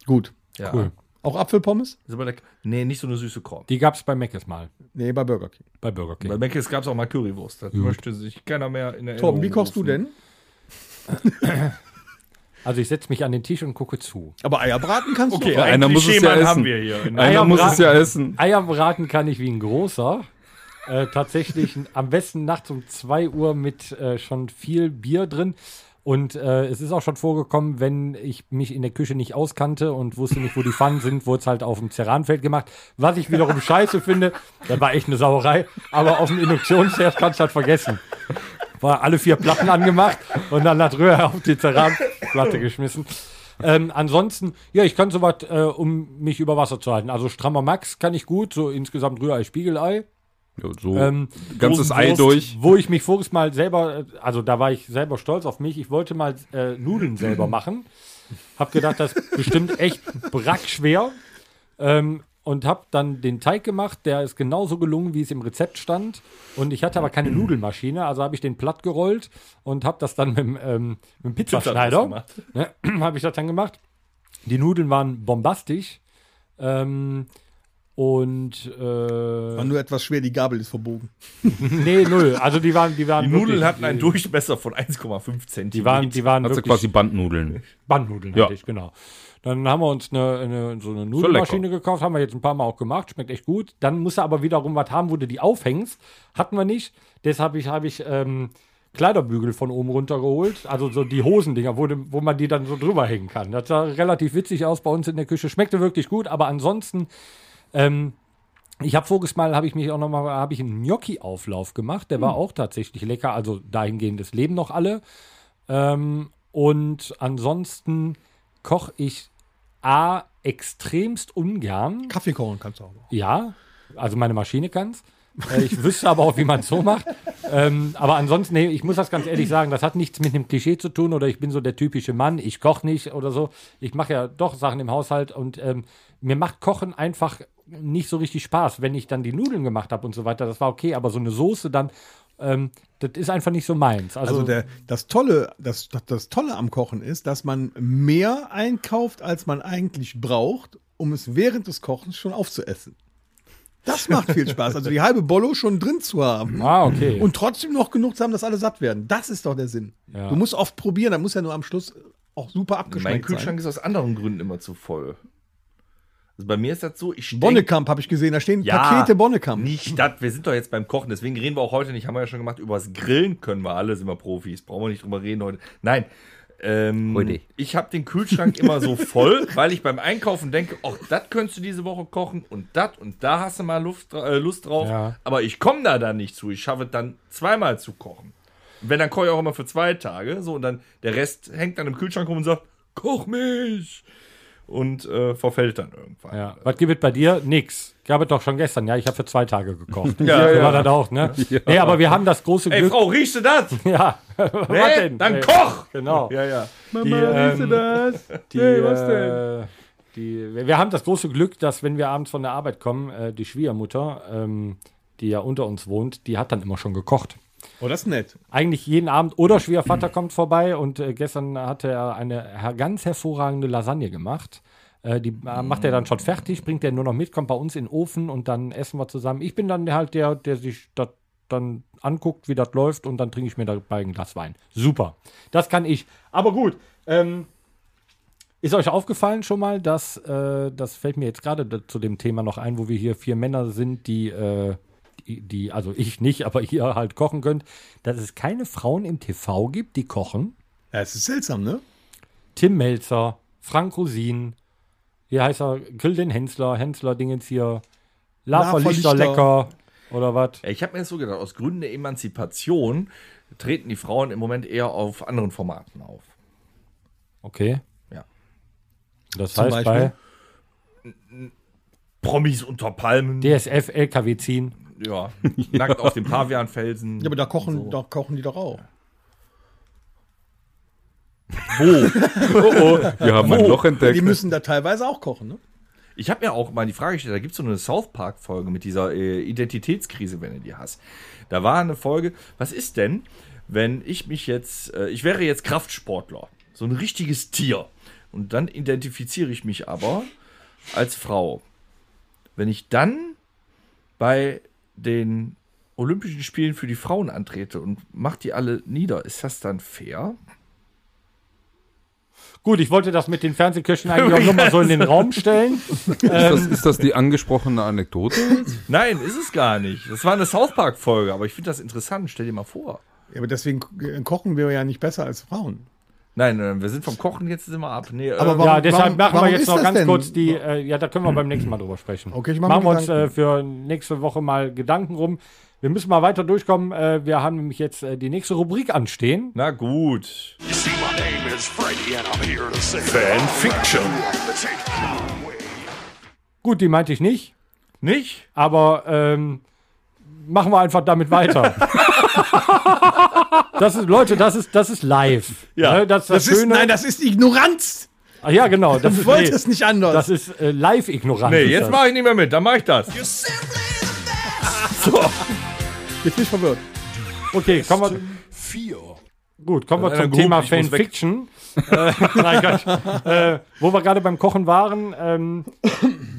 S4: Gut.
S3: Ja.
S2: Cool.
S4: Auch Apfelpommes?
S3: Ist aber lecker. nee, nicht so eine süße Korn.
S2: Die gab es bei Meckes mal,
S4: Nee, bei Burger King.
S2: bei Burger King.
S3: Bei Meckes gab es auch mal Currywurst. Das möchte sich keiner mehr in der
S4: Torben, wie kochst du denn?
S2: Also ich setze mich an den Tisch und gucke zu.
S4: Aber Eier braten kannst
S3: Okay,
S4: du.
S5: Ja,
S4: auch.
S5: einer muss es ja
S3: Klischeemann
S5: essen.
S3: haben wir hier. In
S5: Einer
S2: Eier
S5: muss es
S2: braten.
S5: ja essen.
S2: Eier braten kann ich wie ein großer. Äh, tatsächlich am besten nachts um 2 Uhr mit äh, schon viel Bier drin. Und äh, es ist auch schon vorgekommen, wenn ich mich in der Küche nicht auskannte und wusste nicht, wo die Pfannen sind, wurde es halt auf dem Ceranfeld gemacht. Was ich wiederum scheiße finde, das war echt eine Sauerei, aber auf dem Induktionsherd kannst du halt vergessen. War alle vier Platten angemacht und dann hat Röhr auf die Ceranplatte geschmissen. Ähm, ansonsten, ja, ich kann sowas, äh, um mich über Wasser zu halten. Also strammer Max kann ich gut, so insgesamt Rührei, Spiegelei.
S5: Ja, so
S2: Ähm,
S5: ganzes Ei
S3: Dosenwurst.
S5: durch.
S2: Wo ich mich voriges Mal selber, äh, also da war ich selber stolz auf mich, ich wollte mal äh, Nudeln selber machen. Hab gedacht, das ist bestimmt echt brackschwer. Ähm, und hab dann den Teig gemacht, der ist genauso gelungen, wie es im Rezept stand. Und ich hatte aber keine
S5: Mhm.
S2: Nudelmaschine, also habe ich den platt gerollt und hab das dann mit, dem, ähm, mit dem Pizzaschneider, ne, habe ich das dann gemacht. Die Nudeln waren bombastisch. Ähm, und äh,
S4: War nur etwas schwer, die Gabel ist verbogen.
S2: nee, null. Also die waren, die waren
S3: Die Nudeln
S2: wirklich-
S3: hatten einen Durchmesser von 1,5 cm.
S2: Die waren, die waren
S5: Hat sie
S2: wirklich
S5: quasi Bandnudeln.
S2: Bandnudeln,
S5: Ja.
S2: hatte ich, genau. Dann haben wir uns eine, eine, so eine Nudelmaschine gekauft, haben wir jetzt ein paar Mal auch gemacht, schmeckt echt gut. Dann musst du aber wiederum was haben, wo du die aufhängst. Hatten wir nicht. Deshalb ich- habe ich ähm, Kleiderbügel von oben runtergeholt. Also so die Hosendinger, wo, du- wo man die dann so drüber hängen kann. Das sah relativ witzig aus bei uns in der Küche. Schmeckte wirklich gut, aber ansonsten ähm, ich habe voriges Mal habe ich mich auch noch mal habe ich einen Gnocchi Auflauf gemacht, der war auch tatsächlich lecker, also dahingehendes Leben noch alle. Ähm, und ansonsten koche ich a extremst ungern.
S4: Kaffeekorn kannst du auch. machen.
S2: Ja, also meine Maschine kann's. Äh, ich wüsste aber auch, wie man es so macht. Ähm, aber ansonsten, nee, ich muss das ganz ehrlich sagen, das hat nichts mit einem Klischee zu tun oder ich bin so der typische Mann, ich koche nicht oder so. Ich mache ja doch Sachen im Haushalt und ähm, mir macht Kochen einfach nicht so richtig Spaß. Wenn ich dann die Nudeln gemacht habe und so weiter, das war okay, aber so eine Soße dann, ähm, das ist einfach nicht so meins. Also,
S4: Also der, das, Tolle, das, das, das Tolle am Kochen ist, dass man mehr einkauft, als man eigentlich braucht, um es während des Kochens schon aufzuessen. Das macht viel Spaß. Also die halbe Bollo schon drin zu haben.
S2: ah, okay.
S4: Und trotzdem noch genug zu haben, dass alle satt werden. Das ist doch der Sinn. Du musst oft probieren, dann muss ja nur am Schluss auch super
S3: mein
S4: abgeschmeckt sein.
S3: Kühlschrank ist aus anderen Gründen immer zu voll. Also bei mir ist das so, ich denk-
S4: Bonnekamp habe ich gesehen, da stehen Pakete Bonnekamp.
S3: Nicht das, wir sind doch jetzt beim Kochen, deswegen reden wir auch heute nicht, haben wir ja schon gemacht, über das Grillen können wir alle, sind wir Profis, brauchen wir nicht drüber reden heute. Nein, ähm,
S5: Heute.
S3: ich habe den Kühlschrank immer so voll, weil ich beim Einkaufen denke, ach, das könntest du diese Woche kochen und das und da hast du mal Luft, äh, Lust drauf,
S2: Ja.
S3: aber ich komme da dann nicht zu, ich schaffe es dann zweimal zu kochen. Wenn, dann koche ich auch immer für zwei Tage, so und dann der Rest hängt dann im Kühlschrank rum und sagt, koch mich und äh, verfällt dann irgendwann.
S2: Ja. Was gibt es bei dir? Nix. Ich habe doch schon gestern, ja, ich habe für zwei Tage gekocht.
S3: Ja,
S2: so
S3: ja.
S2: war das auch, ne? Nee, aber wir haben das große
S3: Ey
S2: Glück.
S3: Frau, riechst du das?
S2: Ja, was
S3: Nee, Dann
S2: Ey,
S3: koch!
S2: Genau.
S3: Ja, ja.
S2: die, ähm, Die, äh, die, wir- wir haben das große Glück, dass wenn wir abends von der Arbeit kommen, äh, die Schwiegermutter, ähm, die ja unter uns wohnt, die hat dann immer schon gekocht.
S4: Oh, das ist nett.
S2: Eigentlich jeden Abend oder Schwiegervater kommt vorbei und äh, gestern hatte er eine her- ganz hervorragende Lasagne gemacht. Äh, die äh, macht er dann schon fertig, bringt er nur noch mit, kommt bei uns in den Ofen und dann essen wir zusammen. Ich bin dann halt der, der sich das dann anguckt, wie das läuft und dann trinke ich mir dabei ein Glas Wein. Super. Das kann ich. Aber gut, ähm, ist euch aufgefallen schon mal, dass, äh, das fällt mir jetzt gerade da- zu dem Thema noch ein, wo wir hier vier Männer sind, die, äh, die, die, also ich nicht, aber ihr halt kochen könnt, dass es keine Frauen im TV gibt, die kochen?
S4: Ja, es ist seltsam, ne?
S2: Tim Melzer, Frank Rosin, Hier heißt er, grill den Hensler, Hensler-Dingens hier.
S4: Laferlichter.
S2: Laferlichter lecker. Oder was?
S3: Ich habe mir jetzt so gedacht, aus Gründen der Emanzipation treten die Frauen im Moment eher auf anderen Formaten auf.
S2: Okay.
S3: Ja.
S2: Das
S4: Zum
S2: heißt
S4: Beispiel?
S2: bei
S3: Promis unter Palmen,
S2: DSF LKW ziehen.
S3: ja, nackt auf dem Pavianfelsen.
S4: Ja, aber da kochen, da kochen die doch auch.
S5: Oh, wir haben ein Loch
S4: Die
S5: entdeckt.
S4: müssen da teilweise auch kochen, ne?
S3: Ich habe mir auch mal die Frage gestellt, da gibt es so eine South Park-Folge mit dieser äh, Identitätskrise, wenn du die hast. Da war eine Folge, was ist denn, wenn ich mich jetzt, äh, ich wäre jetzt Kraftsportler, so ein richtiges Tier. Und dann identifiziere ich mich aber als Frau. Wenn ich dann bei den Olympischen Spielen für die Frauen antrete und mach die alle nieder, ist das dann fair?
S2: Gut, ich wollte das mit den Fernsehköchen eigentlich auch nochmal so in den Raum stellen.
S5: Ist das, ist das die angesprochene Anekdote?
S3: Nein, ist es gar nicht. Das war eine South Park-Folge, aber ich finde das interessant. Stell dir mal vor.
S4: Ja, aber deswegen k- kochen wir ja nicht besser als Frauen.
S3: Nein, nein, wir sind vom Kochen jetzt sind wir ab. Nee,
S4: Aber
S3: äh,
S4: warum-
S2: ja, deshalb
S4: warum-
S2: machen
S4: warum
S2: wir jetzt
S4: ist
S2: noch
S4: das
S2: ganz
S4: denn?
S2: kurz die, äh, ja, da können wir beim nächsten Mal drüber sprechen.
S4: Okay, ich mach mir
S2: machen wir uns
S4: Gedanken.
S2: äh, für nächste Woche mal Gedanken rum. Wir müssen mal weiter durchkommen. Äh, wir haben nämlich jetzt äh, die nächste Rubrik anstehen.
S3: na gut.
S1: You see, my name is Freddy and I'm here to say Fan Fiction.
S2: Gut, die meinte ich nicht,
S3: Nicht?
S2: aber ähm, machen wir einfach damit weiter. das ist, Leute, das ist, das ist live.
S3: Ja.
S2: Ne, das ist das, Schöne.
S4: das ist Ignoranz.
S2: Ah, ja, genau. Das
S4: Du
S2: ist,
S4: wolltest
S2: nee,
S4: es nicht anders.
S2: das ist äh, Live-Ignoranz.
S3: Nee,
S2: ist
S3: jetzt
S2: das.
S3: mache ich nicht mehr mit, dann mache ich das.
S4: Jetzt bin ich verwirrt.
S2: Okay, kommen wir. Gut, kommen wir
S3: Hat
S2: zum Thema
S3: einer gerufen, Äh, ich muss weg.
S2: Fanfiction. äh, nein, Gott. Äh, wo wir gerade beim Kochen waren, ähm,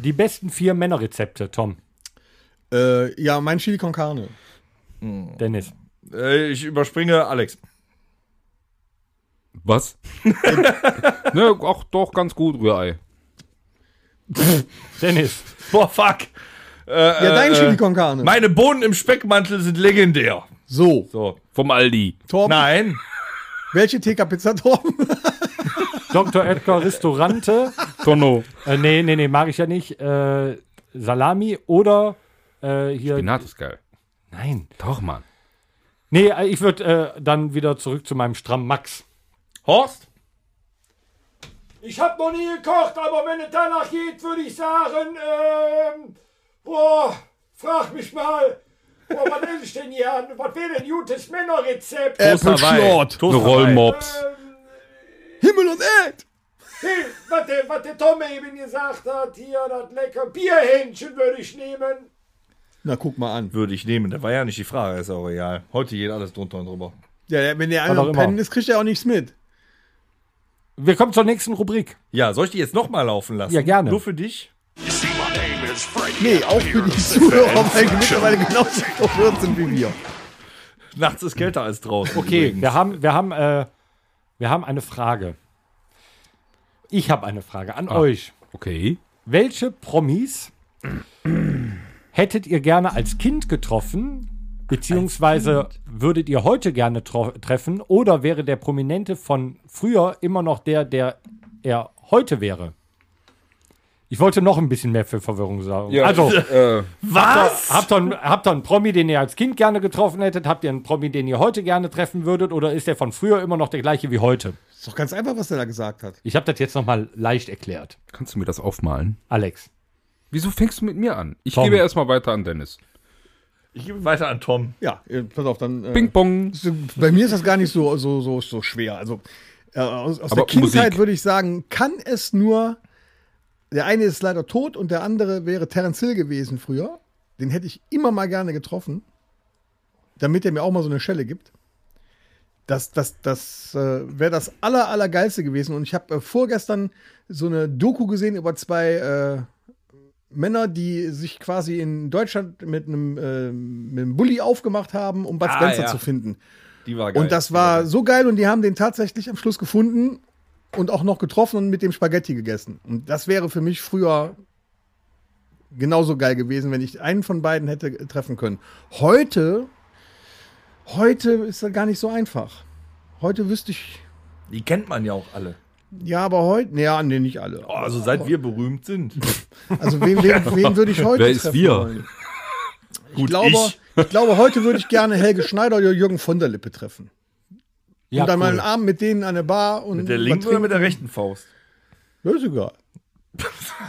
S2: die besten vier Männerrezepte, Tom,
S4: Äh, ja, mein Chili con Carne.
S2: Dennis.
S3: Äh, ich überspringe Alex.
S5: Was? ne, auch doch ganz gut, Rührei.
S2: Dennis,
S3: Boah, fuck. Äh,
S4: Ja, dein
S3: äh,
S4: Chili con Carne.
S3: Meine Bohnen im Speckmantel sind legendär.
S4: so,
S3: So.
S5: Vom Aldi.
S4: Torben,
S3: Nein.
S4: welche TK-Pizza, Torben?
S2: Dr. Edgar Restaurante.
S5: Tonno.
S2: Äh, nee, nee, nee, mag ich ja nicht. Äh, Salami oder äh, hier.
S5: Spinat ist geil.
S2: Nein.
S5: Doch, Mann.
S2: Nee, äh, ich würde äh, dann wieder zurück zu meinem Stramm Max.
S3: Horst?
S6: Ich hab noch nie gekocht, aber wenn es danach geht, würde ich sagen, ähm, boah, frag mich mal, boah, was esse ich denn hier an? Was wäre denn gutes Männerrezept?
S3: Äh,
S5: Apple
S3: Schlort.
S5: Eine Rollmops.
S4: Himmel und Erd.
S6: Hey, was der, was der Tom eben gesagt hat, hier, das lecker Bierhähnchen würde ich nehmen.
S4: Na, guck mal an.
S3: Würde ich nehmen, das war ja nicht die Frage, ist auch egal. Heute geht alles drunter und drüber.
S4: Ja, der- wenn der
S2: Hat
S4: eine
S2: auch immer.
S4: pennen ist, kriegt er auch nichts mit.
S2: Wir kommen zur nächsten Rubrik.
S3: Ja, soll ich die jetzt nochmal laufen lassen?
S2: Ja, gerne.
S3: Nur für dich?
S1: You see, my name is Freddy.
S4: Nee, auch für die Zuhörer, weil die mittlerweile genauso verwirrt sind wie wir.
S3: Nachts ist kälter als draußen.
S2: Okay,
S3: übrigens.
S2: wir haben, wir haben, äh, wir haben eine Frage. Ich habe eine Frage an euch.
S5: Okay.
S2: Welche Promis hättet ihr gerne als Kind getroffen, beziehungsweise würdet ihr heute gerne tro- treffen, oder wäre der Prominente von früher immer noch der, der er heute wäre? Ich wollte noch ein bisschen mehr für Verwirrung sorgen. Also,
S5: Äh,
S3: Was?
S2: Habt ihr, einen, habt ihr einen Promi, den ihr als Kind gerne getroffen hättet? Habt ihr einen Promi, den ihr heute gerne treffen würdet? Oder ist der von früher immer noch der gleiche wie heute?
S4: Ist doch ganz einfach, was der da gesagt hat.
S2: Ich habe das jetzt nochmal leicht erklärt.
S5: kannst du mir das aufmalen?
S2: Alex.
S5: Wieso fängst du mit mir an? Ich
S2: Tom.
S5: gebe erstmal weiter an Dennis.
S3: Ich gebe weiter an Tom.
S4: Ja, äh, pass auf, dann. Äh,
S5: Ping Pong.
S4: So, Bei mir ist das gar nicht so, so, so, so schwer. Also äh, aus, aus der
S5: Aber
S4: Kindheit
S5: Musik.
S4: würde ich sagen, kann es nur. Der eine ist leider tot und der andere wäre Terence Hill gewesen früher. Den hätte ich immer mal gerne getroffen, damit er mir auch mal so eine Schelle gibt. Das, das, das äh, wäre das aller, allergeilste gewesen. Und ich habe äh, vorgestern so eine Doku gesehen über zwei äh, Männer, die sich quasi in Deutschland mit einem, äh, mit einem Bulli aufgemacht haben, um Bud
S3: Ah,
S4: Spencer
S3: ja.
S4: zu finden.
S3: Die war geil.
S4: Und das war so geil und die haben den tatsächlich am Schluss gefunden und auch noch getroffen und mit dem Spaghetti gegessen. Und das wäre für mich früher genauso geil gewesen, wenn ich einen von beiden hätte treffen können. Heute, heute ist das gar nicht so einfach. Heute wüsste ich,
S3: Die kennt man ja auch alle.
S4: Ja, aber heute. Nee, ja, nee, nicht alle.
S3: Oh, also seit wir berühmt sind.
S4: Also wen, wen, wen würde ich heute
S5: Wer ist
S4: treffen
S5: wir?
S4: wollen?
S3: Gut,
S4: Ich glaube, ich. glaube, heute würde ich gerne Helge Schneider oder Jürgen von der Lippe treffen.
S2: Ja,
S4: und dann mal einen
S2: cool.
S4: Abend mit denen an der Bar und
S3: Mit der linken oder mit der rechten Faust?
S4: Ja, ist egal.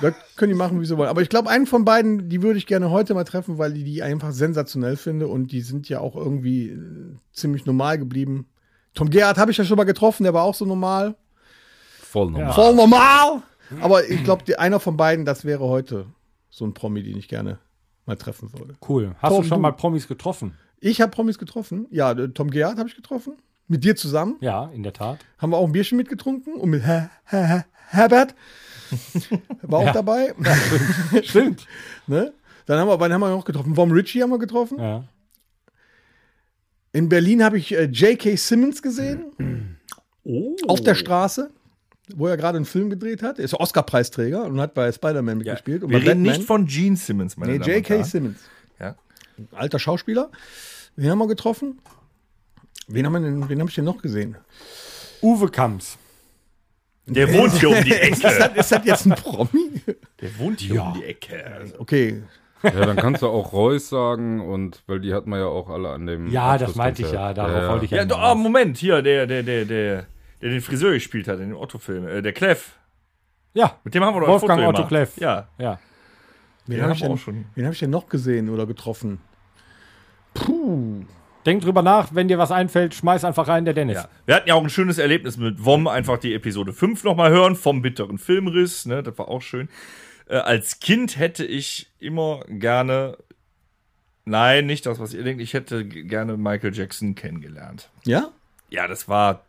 S4: Das können die machen, wie sie wollen. Aber ich glaube, einen von beiden, die würde ich gerne heute mal treffen, weil ich die einfach sensationell finde und die sind ja auch irgendwie äh, ziemlich normal geblieben. Tom Gerhardt habe ich ja schon mal getroffen, der war auch so normal.
S5: Voll normal.
S4: Voll normal! Aber ich glaube, die- einer von beiden, das wäre heute so ein Promi, den ich gerne mal treffen würde.
S2: Cool. Hast
S4: Torben,
S2: du schon
S4: du.
S2: mal Promis getroffen?
S4: Ich habe Promis getroffen. Ja, äh, Tom Gerhardt habe ich getroffen. Mit dir zusammen.
S2: Ja, in der Tat.
S4: Haben wir auch ein Bierchen mitgetrunken. Und mit Her Her Her Herbert war auch dabei.
S2: Stimmt.
S4: Ne? Dann haben wir, wann haben wir noch getroffen? Vom Ritchie haben wir getroffen.
S2: Ja.
S4: In Berlin habe ich äh, J.K. Simmons gesehen.
S3: Oh.
S4: Auf der Straße, wo er gerade einen Film gedreht hat. Er ist Oscar-Preisträger und hat bei Spider-Man
S3: Ja.
S4: mitgespielt. und
S3: wir
S4: bei
S3: reden
S4: Batman.
S3: nicht von Gene Simmons, meine
S4: Nee,
S3: Damen und
S4: J.K.
S3: Herren.
S4: Simmons.
S3: Ja.
S4: Alter Schauspieler. Den haben wir getroffen. Wen, haben wir denn, wen habe ich denn noch gesehen?
S2: Uwe Kamps.
S3: Der wohnt hier um die
S4: Ist
S3: Ecke.
S4: das, ist das jetzt ein Promi?
S3: Der wohnt hier um die Ecke.
S4: Okay.
S5: Ja, dann kannst du auch Reus sagen und weil die hat man ja auch alle an dem.
S2: Ja, das meinte ich ja.
S5: Abschlusskonzert.
S2: Darauf wollte ich
S3: Ja,
S2: ja.
S3: do- ah,
S2: hinaus.
S3: Moment, hier, der, der, der, der, der den Friseur gespielt hat in dem Otto-Film. Äh, der Clef.
S2: ja.
S3: Mit dem haben wir doch
S2: Wolfgang
S3: ein Foto
S2: Otto
S3: gemacht.
S2: Cleff.
S3: Ja.
S2: ja.
S4: Wen
S3: Den
S4: habe
S3: haben
S4: ich,
S3: wir
S4: denn-
S3: auch schon.
S4: wen hab ich denn noch gesehen oder getroffen? Puh.
S2: Denk drüber nach, wenn dir was einfällt, schmeiß einfach rein, der Dennis.
S3: Ja. Wir hatten ja auch ein schönes Erlebnis mit Vom, einfach die Episode 5 nochmal hören, vom bitteren Filmriss, ne? Das war auch schön. Äh, als Kind hätte ich immer gerne. Nein, nicht das, was ihr denkt. Ich hätte g- gerne Michael Jackson kennengelernt.
S4: Ja?
S3: Ja, das war.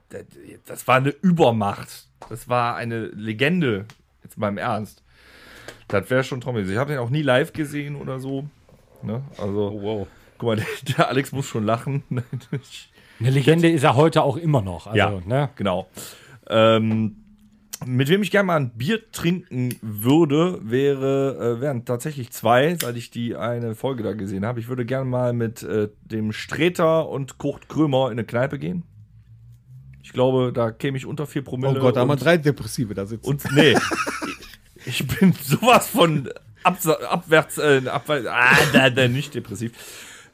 S3: Das war eine Übermacht. Das war eine Legende. Jetzt mal im Ernst. Das wäre schon trommelig. Ich habe den auch nie live gesehen oder so. Ne? Also.
S5: Oh.
S3: wow. Guck mal, der, der Alex muss schon lachen. Ich-
S2: Eine Legende ist er heute auch immer noch. Also,
S3: ja,
S2: ne?
S3: genau. Ähm, mit wem ich gerne mal ein Bier trinken würde, wäre, äh, wären tatsächlich zwei, seit ich die eine Folge da gesehen habe. Ich würde gerne mal mit äh, dem Streter und Kurt Krömer in eine Kneipe gehen. Ich glaube, da käme ich unter vier
S4: Oh
S3: Promille.
S4: Gott, da haben wir
S3: und,
S4: drei Depressive da sitzen.
S3: und nee, ich bin sowas von absa- abwärts, äh, abwärts, ah, da, da, nicht depressiv.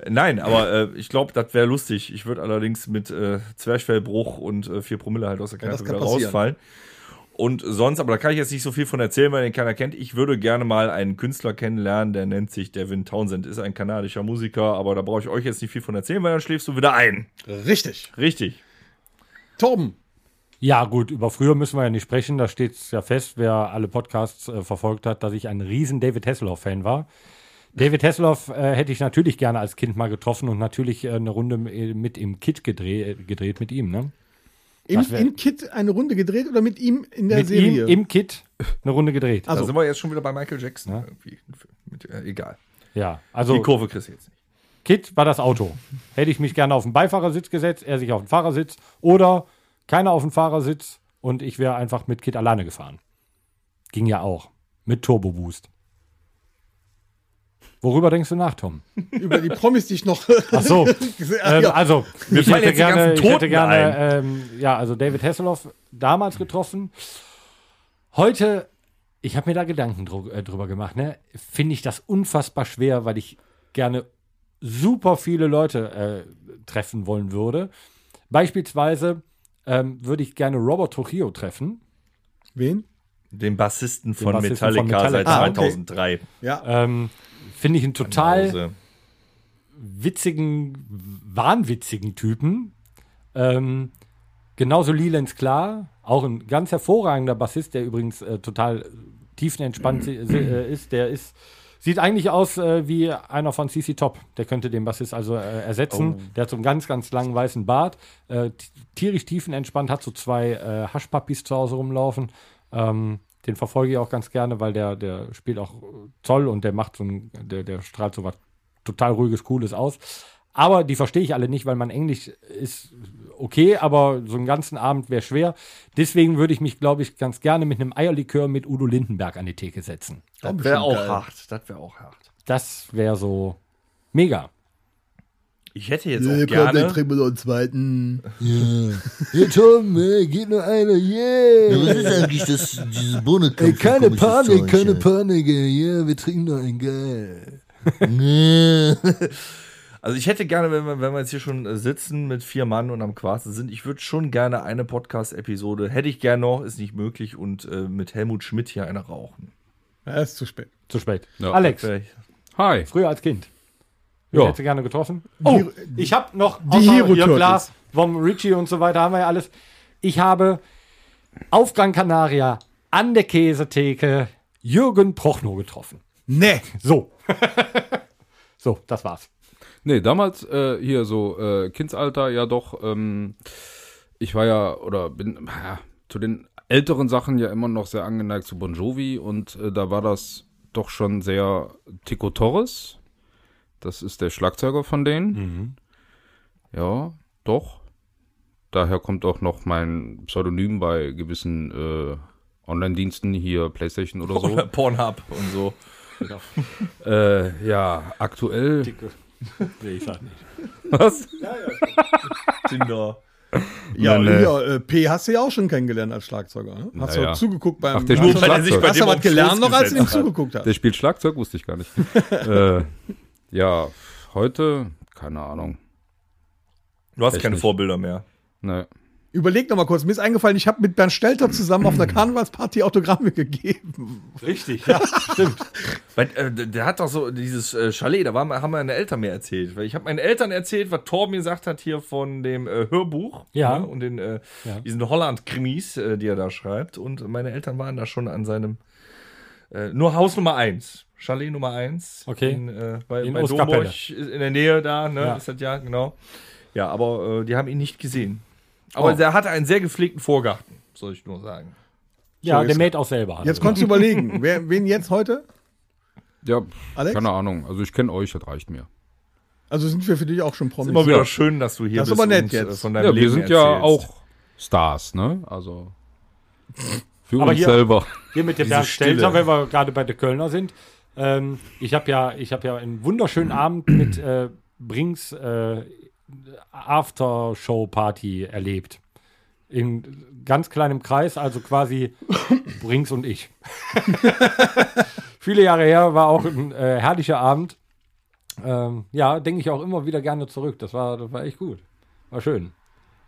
S3: Nein, aber äh, ich glaube, das wäre lustig. Ich würde allerdings mit äh, Zwerchfellbruch und äh, 4 Promille halt aus der Kneipe
S4: das kann
S3: wieder
S4: passieren.
S3: rausfallen. Und sonst, aber da kann ich jetzt nicht so viel von erzählen, weil den keiner kennt. Ich würde gerne mal einen Künstler kennenlernen, der nennt sich Devin Townsend, ist ein kanadischer Musiker, aber da brauche ich euch jetzt nicht viel von erzählen, weil dann schläfst du wieder ein.
S4: Richtig.
S3: Richtig.
S4: Torben.
S2: Ja, gut, über früher müssen wir ja nicht sprechen. Da steht es ja fest, wer alle Podcasts äh, verfolgt hat, dass ich ein riesen David Hasselhoff-Fan war. David Hasselhoff äh, hätte ich natürlich gerne als Kind mal getroffen und natürlich äh, eine Runde m- mit im Kit gedreh gedreht mit ihm. Ne?
S4: Im,
S2: wär-
S4: Im Kit eine Runde gedreht oder mit ihm in der
S2: Mit
S4: Serie?
S2: ihm im Kit eine Runde gedreht.
S3: Da
S4: Also-
S3: sind wir jetzt schon wieder bei Michael Jackson. Irgendwie. Mit, äh, egal.
S2: ja,
S3: Die
S2: also
S3: Kurve kriegst du jetzt nicht.
S2: Kit war das Auto. Hätte ich mich gerne auf den Beifahrersitz gesetzt, er sich auf den Fahrersitz oder keiner auf den Fahrersitz und ich wäre einfach mit Kit alleine gefahren. Ging ja auch. Mit Turbo Boost. Worüber denkst du nach, Tom?
S4: Über die Promis, die ich noch.
S2: Ach so.
S4: gesehen- ah,
S2: ähm,
S4: ja.
S2: also,
S3: Mir
S2: ich
S3: fallen
S2: hätte
S3: jetzt die
S2: gerne,
S3: ganzen
S2: ich hätte
S3: Toten
S2: gerne ähm, ja, also David Hasselhoff damals getroffen. Heute, ich habe mir da Gedanken dru- äh, drüber gemacht, ne? finde ich das unfassbar schwer, weil ich gerne super viele Leute äh, treffen wollen würde. Beispielsweise ähm, würde ich gerne Robert Trujillo treffen.
S4: Wen?
S3: Den Bassisten von,
S2: Bassisten von
S3: Metallica, seit
S2: Metallica.
S4: Ah, okay.
S3: 2003.
S4: Ja.
S2: Ähm, finde ich einen total
S3: Also,
S2: witzigen, wahnwitzigen Typen. Ähm, genauso Leland Klar, auch ein ganz hervorragender Bassist, der übrigens äh, total tiefenentspannt si- si- äh, ist. Der ist, sieht eigentlich aus äh, wie einer von CC Top. Der könnte den Bassist also äh, ersetzen. Der hat so einen ganz, ganz langen weißen Bart. Äh, t- tierisch tiefenentspannt, hat so zwei äh, Haschpappis zu Hause rumlaufen. Ähm, den verfolge ich auch ganz gerne, weil der, der spielt auch toll und der macht so ein, der, der strahlt so was total ruhiges, cooles aus. Aber die verstehe ich alle nicht, weil mein Englisch ist okay, aber so einen ganzen Abend wäre schwer. Deswegen würde ich mich, glaube ich, ganz gerne mit einem Eierlikör mit Udo Lindenberg an die Theke setzen.
S3: das
S4: bestimmt
S3: wäre auch
S4: geil.
S3: hart. Das wäre auch hart.
S2: Das wäre so mega.
S3: Ich hätte jetzt auch gerne.
S4: kriegen wir noch einen zweiten.
S7: Hey Tom, ey, geht nur einer, yeah.
S8: Ja, was ist eigentlich das, diese Bohne?
S7: Ey, keine Panik, keine Panik, ey, yeah, wir trinken noch einen, geil.
S3: Also ich hätte gerne, wenn wir, wenn wir jetzt hier schon äh, sitzen mit vier Mann und am Quarze sind, ich würde schon gerne eine Podcast-Episode, hätte ich gerne noch, ist nicht möglich, und äh, mit Helmut Schmidt hier eine rauchen.
S4: Ja, ist zu spät.
S2: Zu spät.
S5: Ja.
S2: Alex,
S3: Vielleicht.
S5: Hi.
S2: früher als Kind. Ich
S5: Ja.
S2: hätte gerne getroffen. Oh, ich habe noch
S4: die Hero Turtles.
S2: Glas, vom Richie und so weiter haben wir ja alles. Ich habe auf Gran Canaria an der Käsetheke Jürgen Prochnow getroffen.
S4: Nee.
S2: So. so, das war's.
S5: Nee, damals äh, hier so äh, Kindsalter, ja doch. Ähm, ich war ja oder bin ja, zu den älteren Sachen ja immer noch sehr angeneigt zu Bon Jovi und äh, da war das doch schon sehr Tico Torres. Das ist der Schlagzeuger von denen. Ja, doch. Daher kommt auch noch mein Pseudonym bei gewissen äh, Online-Diensten hier, PlayStation oder so.
S3: Oder Pornhub und so.
S5: Äh, ja, aktuell.
S3: Tinder.
S4: Ja,
S3: Ne,
S5: Nein, nee.
S4: ja äh, P hast du ja auch schon kennengelernt als Schlagzeuger. Ne? Hast du
S5: Naja.
S4: zugeguckt beim.
S5: Ach, der
S4: hast
S5: spielt
S4: du-
S3: weil er sich
S5: Schlagzeug.
S3: bei
S4: hast du
S3: dem
S4: was
S3: auf
S4: gelernt
S3: Fuß
S4: noch, als du ihm
S3: gesetzt hat.
S4: zugeguckt hast?
S5: Der spielt Schlagzeug, wusste ich gar nicht. äh, ja, heute, keine Ahnung.
S3: Du hast
S5: Echt
S3: keine
S5: nicht.
S3: Vorbilder mehr.
S5: Ne.
S4: Überleg noch mal kurz. Mir ist eingefallen, ich habe mit Bernd Stelter zusammen auf einer Karnevalsparty Autogramme gegeben.
S2: Richtig.
S3: Weil, äh, der- der hat doch so dieses äh, Chalet, da waren, haben meine Eltern mir erzählt. Weil ich habe meinen Eltern erzählt, was Tor mir gesagt hat hier von dem äh, Hörbuch
S2: Ja.
S3: ne, und den, äh, diesen Holland-Krimis, äh, die er da schreibt. Und meine Eltern waren da schon an seinem äh, nur Haus Nummer 1. Chalet Nummer 1.
S2: Okay.
S3: In, äh, bei,
S2: In
S3: bei
S2: Ostkapelle.
S3: Domburg, in der Nähe da, ne?
S2: Ja.
S3: Ist das ja, genau. Ja, aber äh, die haben ihn nicht gesehen.
S2: Oh.
S3: Aber der hatte einen sehr gepflegten Vorgarten, soll ich nur sagen.
S2: ja,
S4: So
S2: der
S4: ist-
S2: mäht auch selber. also genau. hat
S4: Jetzt
S2: er
S4: konntest du überlegen. Wer, wen jetzt heute?
S5: Ja, pff,
S4: Alex?
S5: keine Ahnung. Also ich kenne euch, das reicht mir.
S4: Also sind wir für dich auch schon
S3: Ist immer
S4: Promis.
S3: wieder schön, dass du hier
S4: Das ist
S3: bist.
S4: aber nett
S3: und, äh,
S4: jetzt.
S3: Von deinem
S5: Ja,
S3: Leben
S5: wir sind ja
S3: erzählst.
S5: auch Stars, ne? Also für
S2: Aber
S5: uns
S2: hier-
S5: selber.
S2: Hier mit dem
S3: Diese
S2: Bernd Stelter,
S3: Stille.
S2: wenn wir gerade bei der Kölner sind. Ähm, ich habe ja, ich hab ja einen wunderschönen Abend mit äh, Brings äh, After-Show-Party erlebt. In ganz kleinem Kreis, also quasi Brings und ich. Viele Jahre her war auch ein äh, herrlicher Abend. Ähm, ja, denke ich auch immer wieder gerne zurück. Das war, das war echt gut. War schön.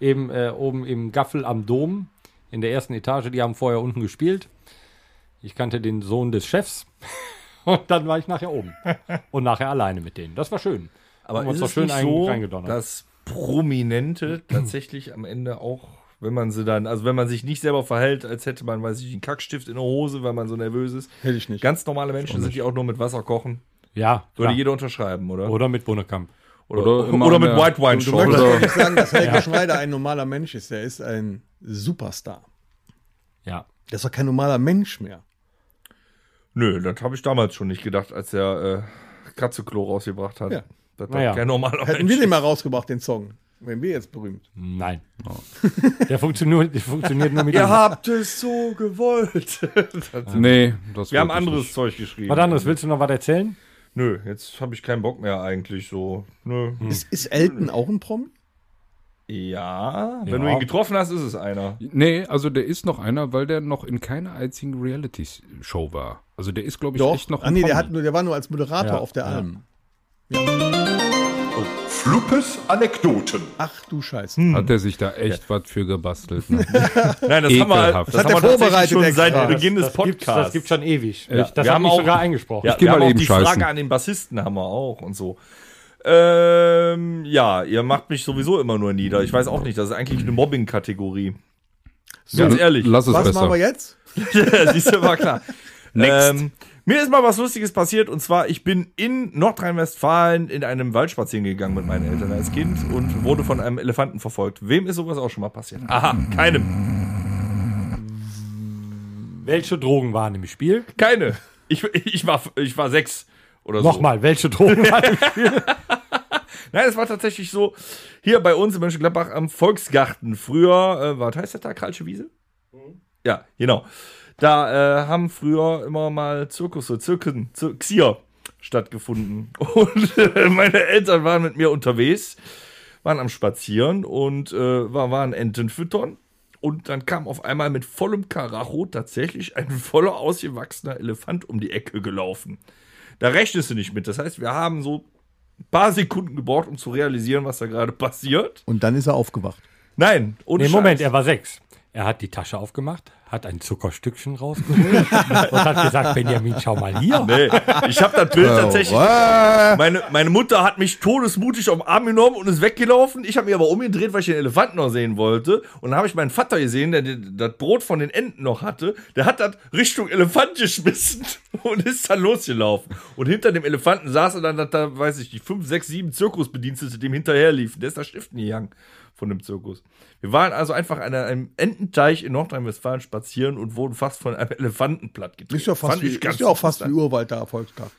S2: Eben äh, oben im Gaffel am Dom, in der ersten Etage, die haben vorher unten gespielt. Ich kannte den Sohn des Chefs. Und dann war ich nachher oben. Und nachher alleine mit denen. Das war schön.
S3: Aber
S2: Haben wir
S3: ist
S2: zwar
S3: es nicht
S2: ein-
S3: so,
S2: reingedonnert.
S3: dass Prominente tatsächlich am Ende auch, wenn man sie dann, also wenn man sich nicht selber verhält, als hätte man, weiß ich, einen Kackstift in der Hose, weil man so nervös ist.
S4: Hätte ich nicht.
S3: Ganz normale Menschen sind die auch nur mit Wasser kochen.
S2: ja,
S3: Würde
S2: klar.
S3: jeder unterschreiben, oder?
S2: oder mit Bonnekamp.
S5: Oder immer
S3: oder
S5: an
S3: mit
S5: der-
S3: White Wine
S4: Ich möchte
S5: Oder-
S3: Show.
S4: wirklich sagen, dass Helge Schneider ein normaler Mensch ist. Er ist ein Superstar.
S2: Ja.
S4: Der ist doch kein normaler Mensch mehr.
S3: Nö, das habe ich damals schon nicht gedacht, als der äh, Katzeklo rausgebracht hat.
S4: Ja.
S3: Das hat
S2: Naja.
S3: kein normaler
S4: Hätten
S3: Mensch.
S4: wir den mal rausgebracht, den Song. Wären wir jetzt berühmt.
S2: Nein.
S3: Oh.
S2: Der, funktioniert, der funktioniert nur mit
S3: Ihr
S2: ihm.
S3: habt es so gewollt.
S5: Nee, das
S3: wir haben
S5: wirklich
S3: anderes
S5: nicht.
S3: Zeug geschrieben.
S2: Was anderes, willst du noch was erzählen?
S3: Nö, jetzt habe ich keinen Bock mehr eigentlich so. ne? Nö.
S4: Ist, ist Elton auch ein Promi?
S3: Ja, wenn
S2: Ja.
S3: du ihn getroffen hast, ist es einer.
S5: Nee, also der ist noch einer, weil der noch in keiner einzigen Reality-Show war. Also der ist, glaube ich, echt noch
S4: Ah, nee, der,
S5: Promi.
S4: hat nur, der war nur als Moderator
S2: Ja,
S4: auf der Alm.
S1: Fluppes Anekdoten.
S4: Ach du Scheiße.
S5: Hat er sich da echt was für gebastelt. Ne?
S3: Nein, das
S5: Ekelhaft.
S3: das
S5: Das
S3: haben wir
S4: hat er
S3: tatsächlich
S4: vorbereitet
S3: schon
S4: extra.
S3: seit
S4: Das-
S3: Beginn des
S2: Gibt's, das
S3: Podcasts.
S2: gibt schon ewig.
S3: Ja.
S2: Ich, das habe
S3: Wir haben
S2: ich
S3: auch-
S2: sogar eingesprochen.
S3: ja,
S5: Ich geh
S3: wir
S5: mal
S3: haben auch
S5: eben
S3: die
S5: scheißen.
S3: Frage an den Bassisten haben wir auch und so. Ähm, ja, ihr macht mich sowieso immer nur nieder. Ich weiß auch nicht, das ist eigentlich eine Mobbing-Kategorie.
S5: Ja,
S3: Ganz ehrlich.
S5: Lass es
S4: Was
S5: besser.
S4: machen wir jetzt?
S3: Ja, Siehst du, war klar. Ähm, mir ist mal was Lustiges passiert und zwar, ich bin in Nordrhein-Westfalen in einem Wald spazieren gegangen mit meinen Eltern als Kind und wurde von einem Elefanten verfolgt. Wem ist sowas auch schon mal passiert? Aha, keinem.
S2: Welche Drogen waren im Spiel?
S3: Keine. Ich, ich, war, ich war sechs oder so.
S2: Nochmal, welche Drogen waren im Spiel?
S3: Nein, es war tatsächlich so, hier bei uns in Mönchengladbach am Volksgarten. Früher, äh, was heißt der Tag? Kralsche Wiese? Ja, genau. Da äh, haben früher immer mal Zirkusse, Zirken, Zir Xier stattgefunden. Und äh, meine Eltern waren mit mir unterwegs, waren am Spazieren und äh, war, waren Enten füttern. Und dann kam auf einmal mit vollem Karacho tatsächlich ein voller ausgewachsener Elefant um die Ecke gelaufen. Da rechnest du nicht mit. Das heißt, wir haben so ein paar Sekunden gebraucht, um zu realisieren, was da gerade passiert.
S9: Und dann ist er aufgewacht.
S3: Nein, ohne
S2: Nee, Moment,
S3: Scheiß.
S2: er war sechs. Er hat die Tasche aufgemacht, hat ein Zuckerstückchen rausgeholt und hat gesagt, Benjamin, schau mal hier.
S3: Nee, ich habe das Bild tatsächlich.
S4: Äh,
S3: Meine, meine Mutter hat mich todesmutig auf den Arm genommen und ist weggelaufen. Ich habe mich aber umgedreht, weil ich den Elefanten noch sehen wollte. Und dann habe ich meinen Vater gesehen, der die- das Brot von den Enten noch hatte. Der hat das Richtung Elefant geschmissen und ist dann losgelaufen. Und hinter dem Elefanten saßen dann, da, weiß ich nicht, fünf, sechs, sieben Zirkusbedienstete, dem hinterherliefen. Der ist da stiften gegangen von dem Zirkus. Wir waren also einfach an einem Ententeich in Nordrhein-Westfalen spazieren und wurden fast von einem Elefanten plattgetreten.
S4: Ist ja fast,
S3: Fand
S4: wie,
S3: ich ganz ne?
S4: ist ja auch fast wie
S3: interessant.
S4: Urwalder Erfolgstag.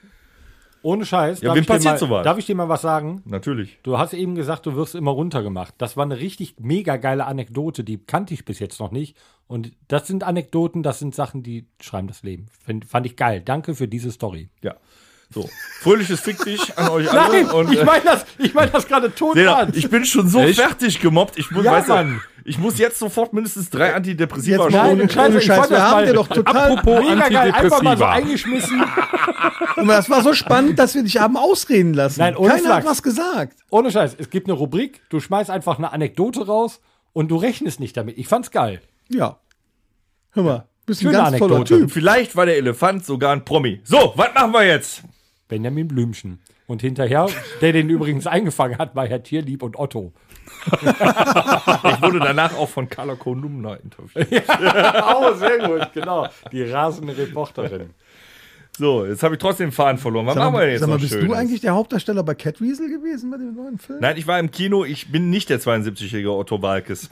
S2: Ohne Scheiß.
S3: Ja,
S2: darf
S3: wem
S2: ich dir
S3: passiert
S2: mal,
S3: sowas?
S2: Darf ich dir mal was sagen?
S3: Natürlich.
S2: Du hast eben gesagt, du wirst immer runtergemacht. Das war eine richtig mega geile Anekdote, die kannte ich bis jetzt noch nicht. Und das sind Anekdoten, das sind Sachen, die schreiben das Leben. Fand, fand ich geil. Danke für diese Story.
S3: Ja. So. Fröhliches Fick dich an euch alle. und, äh,
S2: meine das, ich mein das gerade tot
S3: Lena, ich bin schon so
S5: Echt?
S3: fertig gemobbt. Ich muss,
S2: Ja,
S3: weißt du,
S2: Mann.
S3: ich muss jetzt sofort mindestens drei Antidepressiva
S4: Jetzt mal
S3: schlucken.
S2: Nein,
S4: ohne
S2: Scheiße,
S4: Scheiß,
S2: ich wollte
S4: wir
S2: das
S4: haben
S2: mal-
S4: dir doch total.
S5: Apropos
S2: Mega geil, einfach mal so
S5: Antidepressiva.
S2: eingeschmissen.
S4: Und das war so spannend, dass wir dich haben ausreden lassen.
S2: Nein, ohne
S4: Keiner hat
S2: Flachs.
S4: was gesagt.
S2: Ohne Scheiß, es gibt eine Rubrik, du schmeißt einfach eine Anekdote raus und du rechnest nicht damit. Ich fand's geil.
S4: Ja. Hör mal, bist ein
S2: Schöne
S4: ganz toller
S2: Anekdote.
S4: Typ.
S3: Vielleicht war der Elefant sogar ein Promi. So, was machen wir jetzt?
S2: Benjamin Blümchen. Und hinterher, der den übrigens eingefangen hat, war Herr Tierlieb und Otto.
S3: Ich wurde danach auch von Carla Kolumna interviewt.
S2: Oh, sehr gut, genau. Die rasende Reporterin.
S3: So, jetzt habe ich trotzdem den Faden verloren. Was
S4: Sag
S3: machen wir
S4: mal,
S3: jetzt
S4: sag mal
S3: noch
S4: bist du
S3: Schönes?
S4: eigentlich der Hauptdarsteller bei Catweasel gewesen bei dem neuen Film?
S3: Nein, ich war im Kino. Ich bin nicht der 72-jährige Otto Walkes.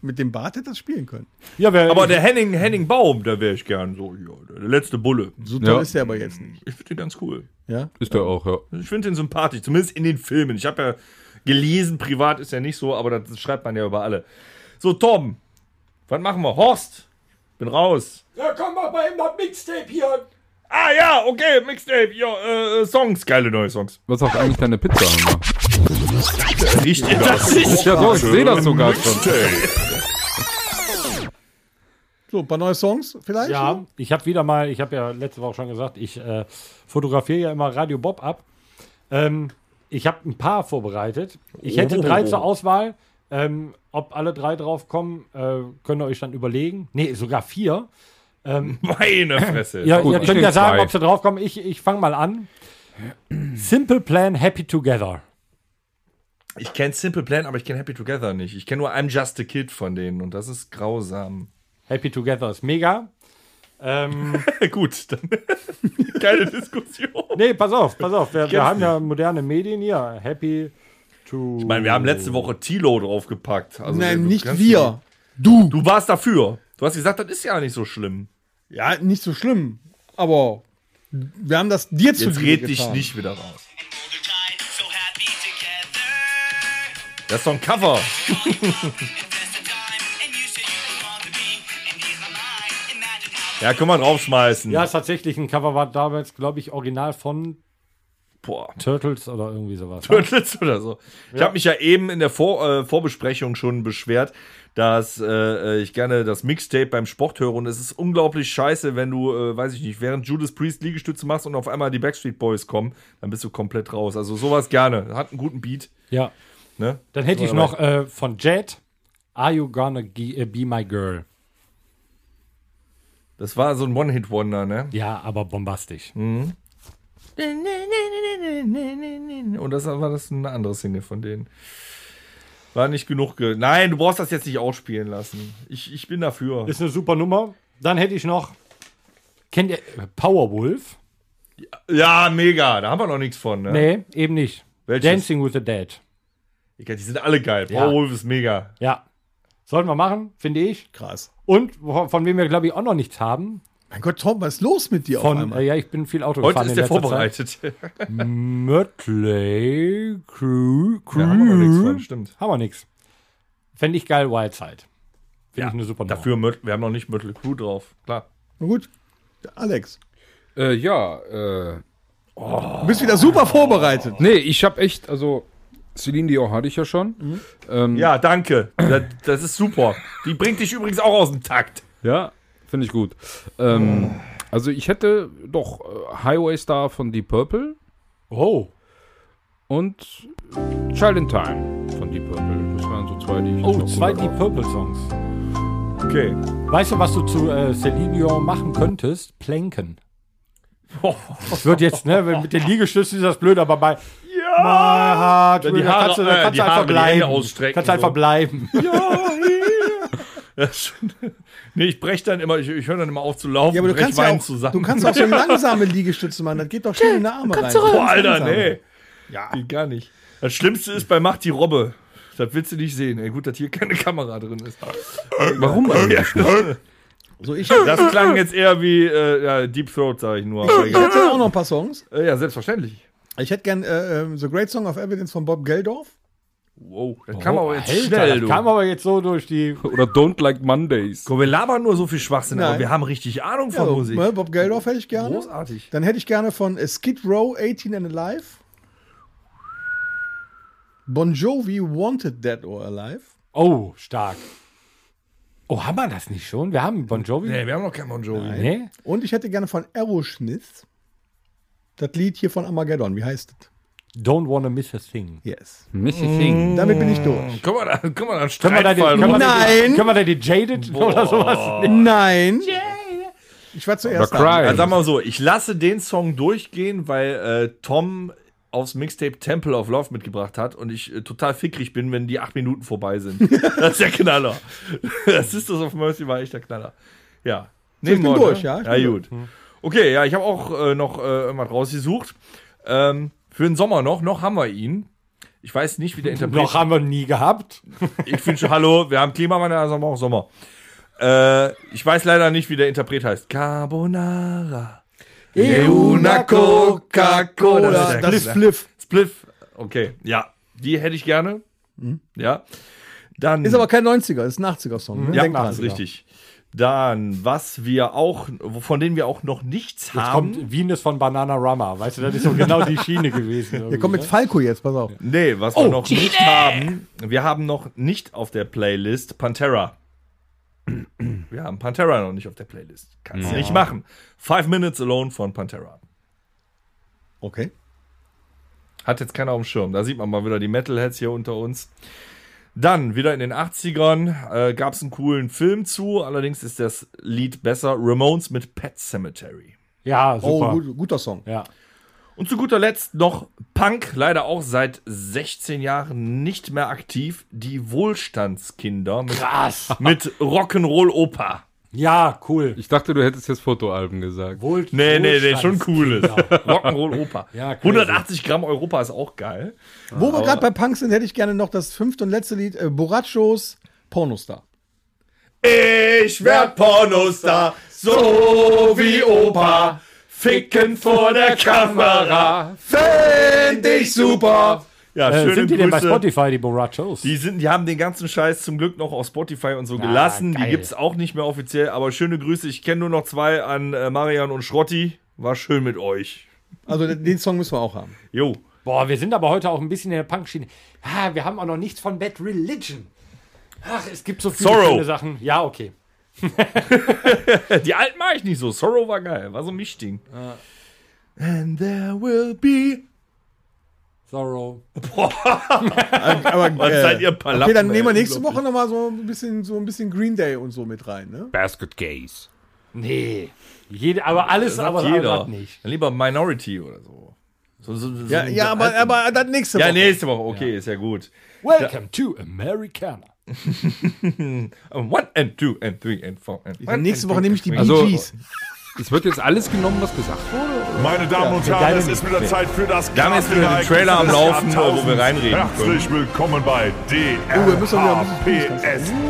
S4: Mit dem Bart hätte das spielen können.
S2: Ja, wer,
S3: Aber der Henning, Henning Baum, da wäre ich gern so. Ja, der letzte Bulle.
S4: So toll
S5: Ja.
S4: ist der aber jetzt nicht.
S3: Ich finde den ganz cool.
S4: Ja?
S5: Ist der auch, ja.
S3: Ich finde ihn sympathisch, zumindest in den Filmen. Ich habe ja gelesen, privat ist ja nicht so, aber das schreibt man ja über alle. So, Tom, was machen wir? Horst, bin raus.
S6: Ja, komm, mach mal eben das Mixtape hier.
S3: Ah ja, okay, Mixtape, ja, äh, Songs, geile neue Songs.
S5: Was sagt eigentlich deine Pizza, Hammer?
S3: Riecht ihr das nicht?
S5: Ja, so, ich sehe das sogar schon.
S4: So, ein paar neue Songs vielleicht?
S2: Ja, ich habe wieder mal, ich habe ja letzte Woche schon gesagt, ich äh, fotografiere ja immer Radio Bob ab. Ähm, ich habe ein paar vorbereitet. Ich hätte drei zur Auswahl. Ähm, ob alle drei draufkommen, äh, könnt ihr euch dann überlegen. Nee, sogar vier.
S3: Meine Fresse.
S2: Ja,
S5: gut,
S2: ihr
S5: ich
S2: könnt
S5: nehm
S2: ja sagen,
S5: zwei.
S2: ob sie draufkommen. Ich, ich fange mal an. Simple Plan, Happy Together.
S3: Ich kenne Simple Plan, aber ich kenne Happy Together nicht. Ich kenne nur I'm Just a Kid von denen und das ist grausam.
S2: Happy Together ist mega. Ähm,
S3: Gut, dann keine Diskussion.
S2: nee, pass auf, pass auf. Wir, wir haben ja moderne Medien hier. Happy to.
S3: Ich meine, wir haben
S6: Oh.
S3: letzte Woche Tilo draufgepackt. Also,
S4: Nein,
S3: du
S4: nicht
S3: kannst-
S4: wir.
S3: Du warst dafür. Du hast gesagt, das ist ja nicht so schlimm.
S4: Ja, nicht so schlimm. Aber wir haben das dir zu
S3: Jetzt
S4: Liebe
S3: red dich
S4: getan.
S3: nicht wieder raus. Das ist doch ein Cover. Ja, können wir draufschmeißen.
S2: Ja, ist tatsächlich ein Cover, war damals, glaube ich, original von
S3: Boah.
S2: Turtles oder irgendwie sowas. ne?
S3: Turtles oder so. Ich habe mich ja eben in der Vor äh, Vorbesprechung schon beschwert, dass äh, ich gerne das Mixtape beim Sport höre und es ist unglaublich scheiße, wenn du, äh, weiß ich nicht, während Judas Priest Liegestütze machst und auf einmal die Backstreet Boys kommen, dann bist du komplett raus. Also sowas gerne. Hat einen guten Beat.
S2: Ja.
S3: Ne?
S2: Dann hätte ich noch äh, von Jet. Are you gonna ge- äh, be my girl?
S3: Das war so ein One-Hit-Wonder, ne?
S2: Ja, aber bombastisch.
S3: Hm. Und das war das eine andere Single von denen. War nicht genug. Ge Nein, du brauchst das jetzt nicht ausspielen lassen. Ich, ich bin dafür.
S2: Ist eine super Nummer. Dann hätte ich noch. Kennt ihr äh, Powerwolf?
S3: Ja, mega. Da haben wir noch nichts von. Ne?
S2: Nee, eben nicht.
S3: Welches?
S2: Dancing with the Dead.
S3: Egal, Die sind alle geil.
S2: Ja.
S3: Paul Wolf ist mega.
S2: Ja. Sollten wir machen, finde ich.
S4: Krass.
S2: Und wo- von wem wir, glaube ich, auch noch nichts haben.
S4: Mein Gott, Tom, was ist los mit dir auf
S2: Von,
S4: einmal?
S2: äh, ja, ich bin viel Auto
S3: Heute
S2: gefahren.
S3: ist
S2: in letzter
S3: der vorbereitet. Da
S2: Zeit. Mötley Crew. Crew.
S3: haben wir noch nichts von, stimmt.
S2: Haben wir nix. Fände ich geil, Wildside. Finde ich eine super Nummer.
S3: Dafür, Mörtel- wir haben noch nicht Mörtel Crew drauf. Klar.
S4: Na gut, der Alex.
S5: Äh, ja, äh,
S4: Du bist wieder super vorbereitet.
S5: Nee, ich habe echt, also Celine Dion hatte ich ja schon. Ähm,
S3: Ja, danke. Das, das ist super. Die bringt dich übrigens auch aus dem Takt.
S5: Ja, finde ich gut. Ähm, also ich hätte doch äh, Highway Star von Deep Purple
S2: Oh.
S5: und Child in Time von Deep Purple. Das wären so zwei, die ich
S2: Oh,
S5: jetzt noch
S2: zwei
S5: runter-
S2: Deep Purple Songs.
S3: Okay.
S2: Weißt du, was du zu äh, Celine Dion machen könntest? Planken. Das wird jetzt, ne, wenn- mit den Liegestützen ist das blöd, aber bei Ah, ja!
S3: Wenn die
S2: da kannst du, da
S3: Haare- äh,
S2: kannst
S3: die
S2: du einfach
S3: Haare, die Hände
S2: bleiben.
S3: ausstrecken,
S2: kannst du einfach
S3: so.
S2: bleiben.
S3: Das- nee, ich brech dann immer, ich, ich höre dann immer auf zu laufen.
S4: Ja, aber du
S3: brech
S4: kannst ja
S3: meinen
S4: auch,
S3: zusammen.
S4: du kannst auch so langsame Liegestütze machen. Das geht doch schnell in die Arme rein.
S3: Boah, Alter, nee.
S4: Ja.
S3: Geht gar nicht. Das Schlimmste ist bei Macht die Robbe. Das willst du nicht sehen. Ey, gut, dass hier keine Kamera drin ist. Warum eigentlich?
S4: So, ich hätte
S3: Das klang jetzt eher wie äh, ja, Deep Throat, sage ich nur. Aber
S4: ich
S3: egal.
S4: hätte auch noch ein paar Songs.
S3: Äh, ja, selbstverständlich.
S4: Ich hätte gern äh, ähm, The Great Song of Evidence von Bob Geldorf.
S3: Wow, das kam aber jetzt
S2: Alter,
S3: schnell,
S2: das
S3: du.
S2: kam aber jetzt so durch die.
S5: Oder Don't Like Mondays.
S3: Komm, wir labern nur so viel Schwachsinn, aber
S4: Nein.
S3: wir haben richtig Ahnung von
S4: Ja,
S3: Musik.
S4: ne, Bob Geldorf hätte ich gerne.
S3: Großartig.
S4: Dann hätte ich gerne von äh, Skid Row 18 and Alive. Bon Jovi Wanted Dead or Alive.
S2: Oh, stark. Oh, haben wir das nicht schon? Wir haben Bon Jovi.
S3: Nee, wir haben noch keinen Bon Jovi.
S2: Nee?
S4: Und ich hätte gerne von Aerosmith das Lied hier von Armageddon. Wie heißt es?
S2: Don't wanna miss a thing.
S4: Yes.
S5: Nicht Thing.
S4: Damit bin ich durch.
S3: Können wir da, können wir da einen
S2: Können wir da den,
S3: Streitfall
S2: können wir
S3: draus-
S2: da den,
S4: Nein.
S2: können wir da den Jaded oder sowas? Nee.
S4: Nein. Ich war
S5: Oder
S4: zuerst dran.
S5: Cry.
S3: Also sag mal so, ich lasse den Song durchgehen, weil äh, Tom aufs Mixtape Temple of Love mitgebracht hat und ich äh, total fickrig bin, wenn die acht Minuten vorbei sind. das ist der Knaller. Das ist das auf Mercy war echt der Knaller. Ja. Nehmen wir,
S4: bin
S3: ne?
S4: durch, ja, ich
S3: Ja,
S4: bin
S3: gut. Okay, ja, ich habe auch äh, noch äh, irgendwas rausgesucht. Ähm, für den Sommer noch, noch haben wir ihn. Ich weiß nicht, wie der Interpret
S2: Noch haben wir nie gehabt.
S3: ich wünsche Hallo, wir haben Klimawandel, also haben wir auch Sommer. Äh, ich weiß leider nicht, wie der Interpret heißt. Carbonara. E una Coca-Cola.
S4: Das ist Fliff.
S3: Spliff. Okay, ja. Die hätte ich gerne. Ja. Dann.
S4: Ist aber kein 90er, ist ein 80er-Song. Ne?
S3: ja,
S4: Denk dran.
S3: das ist richtig. Dann, was wir auch, von denen wir auch noch nichts
S2: Jetzt
S3: haben.
S2: kommt Venus von Bananarama. Weißt du, das ist so genau die Schiene gewesen.
S4: Wir
S2: irgendwie,
S4: kommen mit
S3: Mhm.
S2: ne?
S4: Falco jetzt, pass auf.
S3: Nee, was wir noch nicht haben, wir haben noch nicht auf der Playlist Pantera. Wir haben Pantera noch nicht auf der Playlist. Kannst du nicht machen. Five Minutes Alone von Pantera.
S4: Okay.
S3: Hat jetzt keiner auf dem Schirm. Da sieht man mal wieder die Metalheads hier unter uns. Dann, wieder in den 80ern, äh, gab es einen coolen Film zu. Allerdings ist das Lied besser. Ramones mit Pet Cemetery.
S2: Ja, super.
S4: Oh, gut, guter Song.
S2: Ja.
S3: Und zu guter Letzt noch Punk, leider auch seit 16 Jahren nicht mehr aktiv, die Wohlstandskinder mit, mit Rock'n'Roll Opa.
S2: Ja, cool.
S5: Ich dachte, du hättest jetzt Fotoalben gesagt.
S2: Wohl,
S3: Nee, nee, nee,
S2: Wohlstands-
S3: schon cooles. Rock'n'Roll Opa.
S2: Ja, crazy.
S3: 180 Gramm Europa ist auch geil.
S4: Wo wir gerade bei Punk sind, hätte ich gerne noch das fünfte und letzte Lied, äh, Borrachos Pornostar.
S3: Ich werd Pornostar, so wie Opa. Ficken vor der Kamera, find ich super. Ja,
S2: Äh,
S3: schöne
S2: sind die denn bei
S3: Grüße.
S2: Spotify, die Borrachos?
S3: Die, sind, die haben den ganzen Scheiß zum Glück noch auf Spotify und so gelassen.
S2: Ah, geil.
S3: Die gibt's auch nicht mehr offiziell, aber schöne Grüße. Ich kenne nur noch zwei an äh, Marian und Schrotti. War schön mit euch.
S4: Also den- den Song müssen wir auch haben.
S3: Jo.
S2: Boah, wir sind aber heute auch ein bisschen in der Punk-Schiene. Ah, wir haben auch noch nichts von Bad Religion. Ach, es gibt so viele
S3: Sorrow.
S2: schöne Sachen. Ja, okay.
S3: Äh, Die alten mag ich nicht so. Sorrow war geil. War so ein Mischding. And there will be.
S2: Sorrow.
S4: Aber,
S3: Was seid ihr Palappen,
S4: Äh, okay, dann nehmen wir
S3: ey,
S4: nächste Woche nochmal so ein bisschen so ein bisschen Green Day und so mit rein, ne?
S5: Basket Gaze.
S2: Nee. Jede, aber alles,
S3: Sagt
S2: aber
S3: jeder.
S2: das nicht.
S3: Dann lieber Minority oder so. So, so, so
S4: Ja, ja aber, aber dann nächste Woche.
S3: also- Ja, nächste Woche. Okay, ist ja gut.
S2: Welcome to Americana.
S3: Um, One and two and three and four and
S4: Dann nächste Woche nehme ich die Bee
S5: Also-
S4: Gees.
S5: Es wird jetzt alles genommen, was gesagt wurde.
S1: Meine Damen und Herren, es ist wieder Zeit für das
S3: Wir haben jetzt wieder den Trailer am Laufen, wo wir reinreden
S1: Herzlich willkommen bei
S4: wir müssen wieder ein bisschen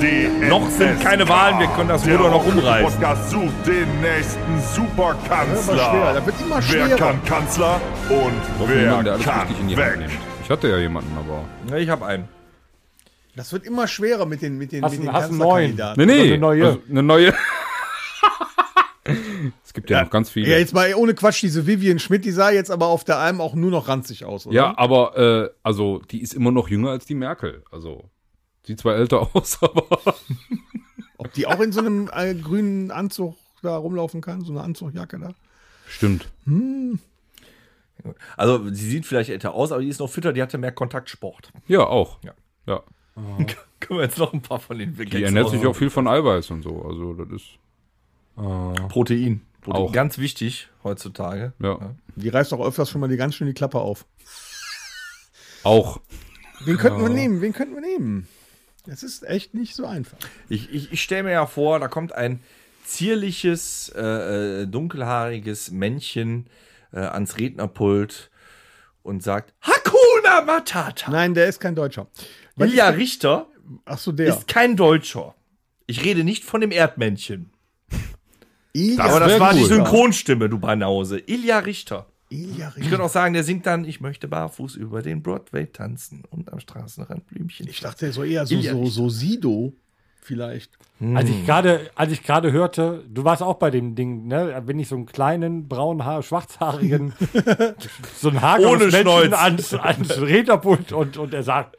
S1: DRHPSD.
S3: Noch sind keine Wahlen, wir können das Ruder noch umreißen.
S1: Podcast sucht den nächsten
S4: Ja, schwer,
S1: Superkanzler.
S4: das wird immer
S1: Wer
S4: schwerer.
S1: kann Kanzler und wer
S5: Jemand, der alles richtig in
S1: kann
S5: die Hand
S1: weg?
S5: nimmt. Ich hatte ja jemanden, aber.
S3: Ja, ich habe einen.
S4: Das wird immer schwerer mit den mit den
S2: Hast
S4: mit
S2: einen-
S4: den
S2: hast einen neuen.
S4: Kanzlerkandidaten.
S5: Nee, nee.
S2: eine neue.
S5: Also, eine neue. Also, Es gibt ja, noch ganz viele.
S4: Ja, jetzt mal ohne Quatsch, diese Vivian Schmidt, die sah jetzt aber auf der Alm auch nur noch ranzig aus, oder?
S5: Ja, aber äh, also die ist immer noch jünger als die Merkel. Also sieht zwar älter aus, aber
S4: Ob die auch in so einem äh, grünen Anzug da rumlaufen kann, so eine Anzugjacke da.
S5: stimmt.
S3: Also, sie sieht vielleicht älter aus, aber die ist noch fitter, die hatte mehr Kontaktsport.
S5: Ja, auch.
S3: Ja.
S5: ja.
S3: Können wir jetzt noch ein paar von Oh. den Gags
S5: Die ernährt sich
S3: raushauen?
S5: auch viel von Eiweiß und so. Also das ist
S3: Protein. Protein.
S5: Auch.
S3: Ganz wichtig heutzutage.
S5: ja,
S4: Die reißt auch öfters schon mal die ganz schön die Klappe auf.
S5: auch.
S4: Wen könnten
S3: Genau.
S4: wir nehmen? Wen könnten wir nehmen? Das ist echt nicht so einfach.
S3: Ich, ich, ich stelle mir ja vor, da kommt ein zierliches, äh, äh, dunkelhaariges Männchen äh, ans Rednerpult und sagt Hakuna Matata.
S4: Nein, der ist kein Deutscher. Was
S3: Ilja Richter
S4: Ach so, der.
S3: ist kein Deutscher. Ich rede nicht von dem Erdmännchen.
S4: Ilja,
S3: Aber das war die
S4: cool.
S3: Synchronstimme, du Banause. Ilja Richter.
S4: Ilja
S3: Ich könnte
S4: Richter.
S3: auch sagen, der singt dann, ich möchte barfuß über den Broadway tanzen und am Straßenrand Blümchen.
S4: Ich dachte so eher so,
S3: Ilja
S4: so,
S3: Richter.
S4: so Sido vielleicht.
S2: Als
S4: Hm.
S2: ich gerade, als ich gerade hörte, du warst auch bei dem Ding, ne? Wenn ich so einen kleinen, braunen Haar, schwarzhaarigen, so einen Haar
S3: Ohne Schnäuz.
S2: ans, ans Rednerpult und, und er sagt,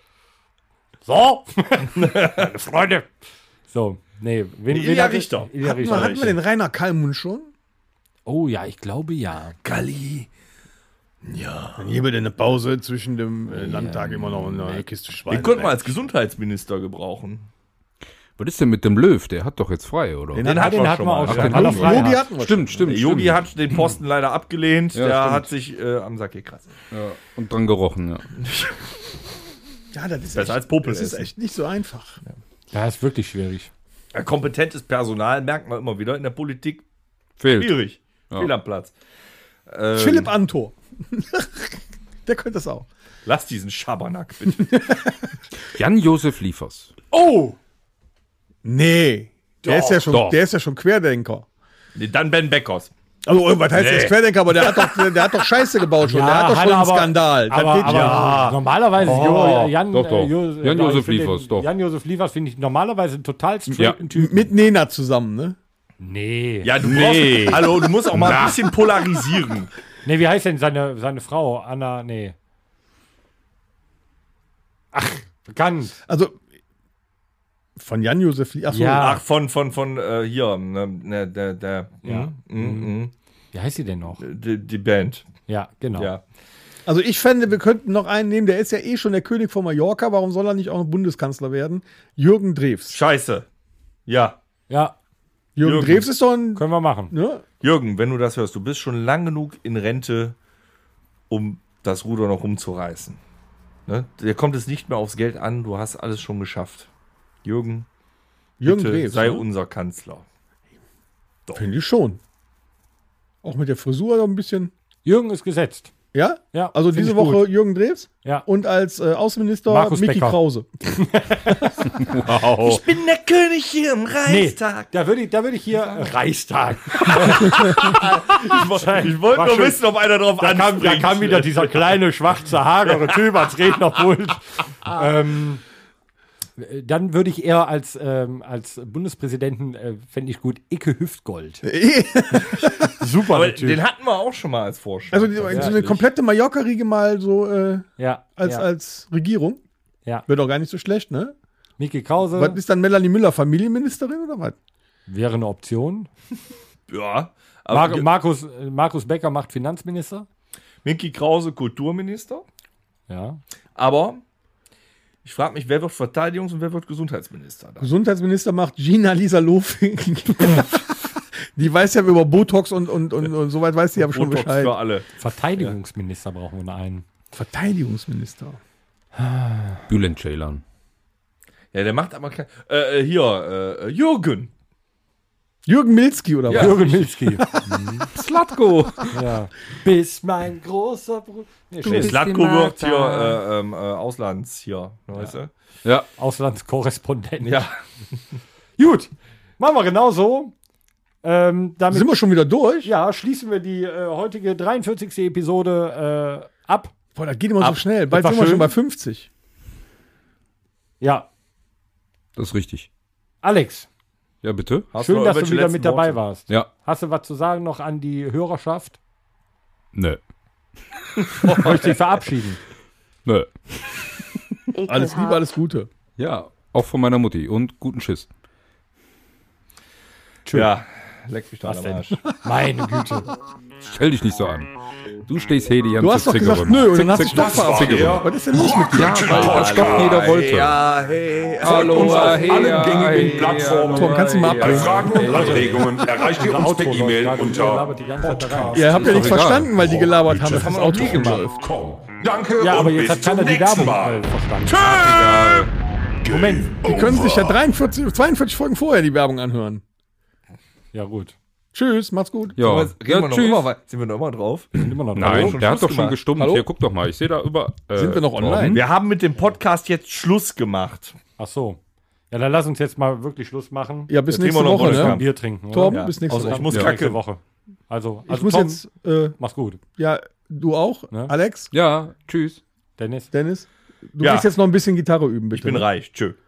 S2: so, meine Freunde. So, nee, wen,
S3: Ilja
S2: wen hatte-
S3: Richter.
S2: Ilja
S4: Hatten wir,
S2: Richter.
S4: hatten wir den Rainer Kallmund schon?
S2: Oh ja, ich glaube ja.
S3: Galli.
S4: Dann geben wir denn eine Pause zwischen dem äh, Landtag immer noch eine Kiste Schwein.
S3: Den könnten wir als Gesundheitsminister gebrauchen.
S5: Was ist denn mit dem Löw? Der hat doch jetzt frei, oder?
S3: Den hatten wir schon mal. Ach,
S2: schon.
S5: den
S2: Hat er
S5: hatten
S2: frei.
S4: Yogi hatten wir schon.
S5: Stimmt, stimmt.
S3: Yogi
S5: stimmt.
S3: hat den Posten leider abgelehnt.
S5: Ja,
S3: der
S5: stimmt.
S3: hat sich äh, am Sack gekratzt.
S5: Ja, und dran gerochen, ja.
S4: Ja, das ist
S3: Besser
S4: echt,
S3: als Popel
S4: Das ist
S3: essen.
S4: echt nicht so einfach.
S2: Das ist wirklich schwierig.
S3: Ja, kompetentes Personal merkt man immer wieder in der Politik.
S5: Fehlt.
S3: Schwierig. Fehl am Platz. Ähm,
S4: Philipp Antor. der könnte das auch.
S3: Lass diesen Schabernack bitte.
S5: Jan-Josef Liefers.
S4: Nee. Der ist, ja schon,
S5: doch.
S4: der ist ja schon Querdenker.
S3: nee, dann Ben Beckers.
S4: Also, irgendwas heißt
S3: Nee.
S4: jetzt Querdenker, aber der hat doch, der, der hat doch Scheiße gebaut schon. der hat doch schon einen Skandal. Das
S2: Aber,
S4: geht
S2: aber
S4: ja. Oh,
S2: normalerweise, Jo- Jan,
S5: doch, doch.
S2: äh, Jo-
S5: Jan
S2: äh,
S5: Josef
S2: ich find
S5: Liefers,
S2: den,
S5: doch.
S2: Jan Josef Liefers finde ich normalerweise einen total straighten
S5: Ja.
S2: Typen.
S4: Mit Nena zusammen, ne?
S2: Nee.
S3: Ja, du brauchst. Hallo, du musst auch mal ein bisschen polarisieren.
S2: Nee, wie heißt denn seine, seine Frau? Anna, nee. Ach, ganz.
S4: Also, von Jan-Josef Lie- Ach so,
S2: Ja.
S3: Ach, von, von, von äh, hier. Ne, ne, der, der,
S2: Ja.
S3: mm, mm,
S2: Wie heißt sie denn noch?
S3: die, die Band.
S2: Ja, genau.
S3: Ja.
S4: Also, ich fände, wir könnten noch einen nehmen, der ist ja eh schon der König von Mallorca. Warum soll er nicht auch noch Bundeskanzler werden? Jürgen Drews.
S3: Scheiße. Ja.
S2: Ja,
S4: Jürgen,
S3: Jürgen.
S4: Drews ist doch ein.
S2: können wir machen.
S4: Ne?
S3: Jürgen, wenn du das hörst, du bist schon lang genug in Rente, um das Ruder noch rumzureißen. Ne? Dir kommt es nicht mehr aufs Geld an, du hast alles schon geschafft. Jürgen,
S4: Jürgen
S3: bitte
S4: Drews.
S3: sei
S4: ne?
S3: unser Kanzler.
S4: Finde ich schon. Auch mit der Frisur so ein bisschen.
S2: Jürgen ist gesetzt.
S4: Ja?
S2: Ja,
S4: Also
S2: find
S4: diese
S2: ich
S4: Woche
S2: gut.
S4: Jürgen Drews
S2: Ja.
S4: und als äh, Außenminister
S2: Markus
S4: Mickey
S2: Becker.
S4: Krause.
S5: Wow.
S3: bin der König hier im
S2: Nee, da würde ich, da würde ich hier Reichstag.
S3: Ich wollte nur wissen, ob einer drauf
S2: Da kam,
S3: anspringt.
S2: da kam wieder dieser kleine, schwarze, hagere Typ als Rednerpult. ähm, äh, dann würde ich eher als, ähm, als Bundespräsidenten, äh, fände ich gut, Icke Hüftgold. Super,
S3: Aber
S2: der Typ.
S3: den hatten wir auch schon mal als Vorschlag.
S4: Also die, so eine komplette Mallorca-Riege mal so äh,
S2: ja,
S4: als,
S2: ja.
S4: als Regierung.
S2: Ja.
S4: Wird doch gar nicht so schlecht, ne?
S2: Mickey Krause
S4: Was ist dann Melanie Müller, Familienministerin oder was?
S2: wäre eine Option.
S3: ja.
S2: Mar
S3: Aber Ge-
S2: Markus, äh, Markus Becker macht Finanzminister.
S3: Micky Krause, Kulturminister.
S2: Ja.
S3: Aber ich frage mich, wer wird Verteidigungs- und wer wird Gesundheitsminister? Da?
S4: Gesundheitsminister macht Gina Lisa Lofi. die weiß ja über Botox und, und, und, und soweit weiß die ja schon
S3: Botox
S4: Bescheid.
S3: für alle.
S2: Verteidigungsminister brauchen wir einen.
S4: Verteidigungsminister.
S5: Bülent Ceylan.
S3: Ja, der macht aber kein. Äh, äh, hier, äh, äh, Jürgen.
S4: Jürgen Milski oder was?
S2: Jürgen Milski.
S1: Mhm.
S2: Slatko. Ja. Bis mein großer Bruder. Nee,
S3: Nee,
S2: Schluss.
S3: Slatko wird hier äh, ähm, äh, Auslands hier. Weißt du?
S5: Ja,
S2: Auslandskorrespondent.
S3: Ja.
S2: Gut. Machen wir genau so. Ähm, damit
S4: Sind wir schon wieder durch?
S2: ja, schließen wir die äh, heutige 43. Episode äh, ab.
S4: Boah, das geht immer so schnell. Bald
S2: Das war
S4: sind wir schon
S2: schön.
S4: bei 50.
S2: Ja.
S5: das ist richtig.
S2: Alex,
S5: Ja, bitte?
S3: Hast
S2: Schön,
S3: noch
S2: dass du
S3: irgendwelche
S2: wieder
S3: letzten
S2: mit dabei
S3: Worte?
S2: warst.
S5: Ja.
S2: Hast du was zu sagen noch an die Hörerschaft?
S5: Nö.
S2: Möchte ich verabschieden.
S5: Nö.
S4: Alles Liebe,
S9: Ekelhaft.
S4: alles Gute.
S5: Ja, auch von meiner Mutti. Und guten Schiss.
S3: Ja, leck mich doch
S2: Was
S3: am
S2: denn?
S3: Arsch.
S2: Meine Güte.
S5: Stell dich nicht so an. Du stehst hier die ganze
S4: Du hast doch
S5: Zicke
S4: gesagt,
S5: rum.
S4: nö, und
S5: Zick,
S4: dann hast du
S5: zick,
S4: dich doch
S5: zick,
S4: verabschiedet.
S5: Zicke rum.
S4: Was ist denn los mit dir?
S1: Rocketen Podcast.
S5: Weil doch jeder wollte.
S3: Ja, hey.
S5: Hallo,
S1: Uns auf
S5: hey,
S1: allen
S5: ja,
S1: gängigen
S5: hey,
S1: Plattformen.
S5: ja,
S4: Tom, kannst du mal
S5: ja,
S1: Bei
S4: abdrehen?
S1: Fragen und Anregungen erreicht ihr uns per E-Mail unter
S2: labert die ganze Zeit da rein.
S4: Ihr habt ja nichts
S5: egal.
S4: verstanden, weil die gelabert haben. Das ist Auto
S1: Komm. Danke
S2: Ja, aber
S1: und
S2: jetzt
S1: bis
S2: hat keiner
S1: zum
S2: die
S1: nächsten
S2: Werbung
S1: Mal.
S2: äh, verstanden.
S1: Moment,
S4: Die können sich ja 43, 42 Folgen vorher die Werbung anhören.
S2: Ja, gut.
S4: Tschüss, macht's gut.
S5: Ja,
S3: Reden wir
S5: ja
S3: noch
S5: tschüss.
S3: immer wei- Sind wir noch immer drauf?
S2: Sind immer noch
S5: Nein,
S2: drauf.
S5: der hat
S3: Schluss
S5: doch schon
S3: gemacht.
S5: gestummt.
S4: Hallo?
S5: Hier, guck doch mal. Ich sehe da über. äh,
S4: Sind wir noch online?
S5: Torben.
S3: Wir haben mit dem Podcast jetzt Schluss gemacht.
S2: Ach so. Ja, dann lass uns jetzt mal wirklich Schluss machen.
S4: Ja, bis
S3: Jetzt
S4: nächste
S3: trinken wir noch
S4: Woche,
S3: einen
S4: ne?
S2: Bier trinken. oder?
S4: Torben, bis nächste
S3: Außer
S4: Woche.
S3: Also ich muss
S5: Ja.
S2: Nächste
S3: kacke.
S2: Woche. Also, also
S4: Ich muss
S2: Tom,
S4: jetzt, äh,
S2: mach's gut.
S4: ja, du auch,
S2: Ne?
S4: Alex,
S5: Ja, tschüss.
S2: Dennis.
S4: Dennis. Du
S3: Ja.
S4: willst jetzt noch ein bisschen Gitarre üben, bitte. ne?
S3: Ich bin reich. Tschö.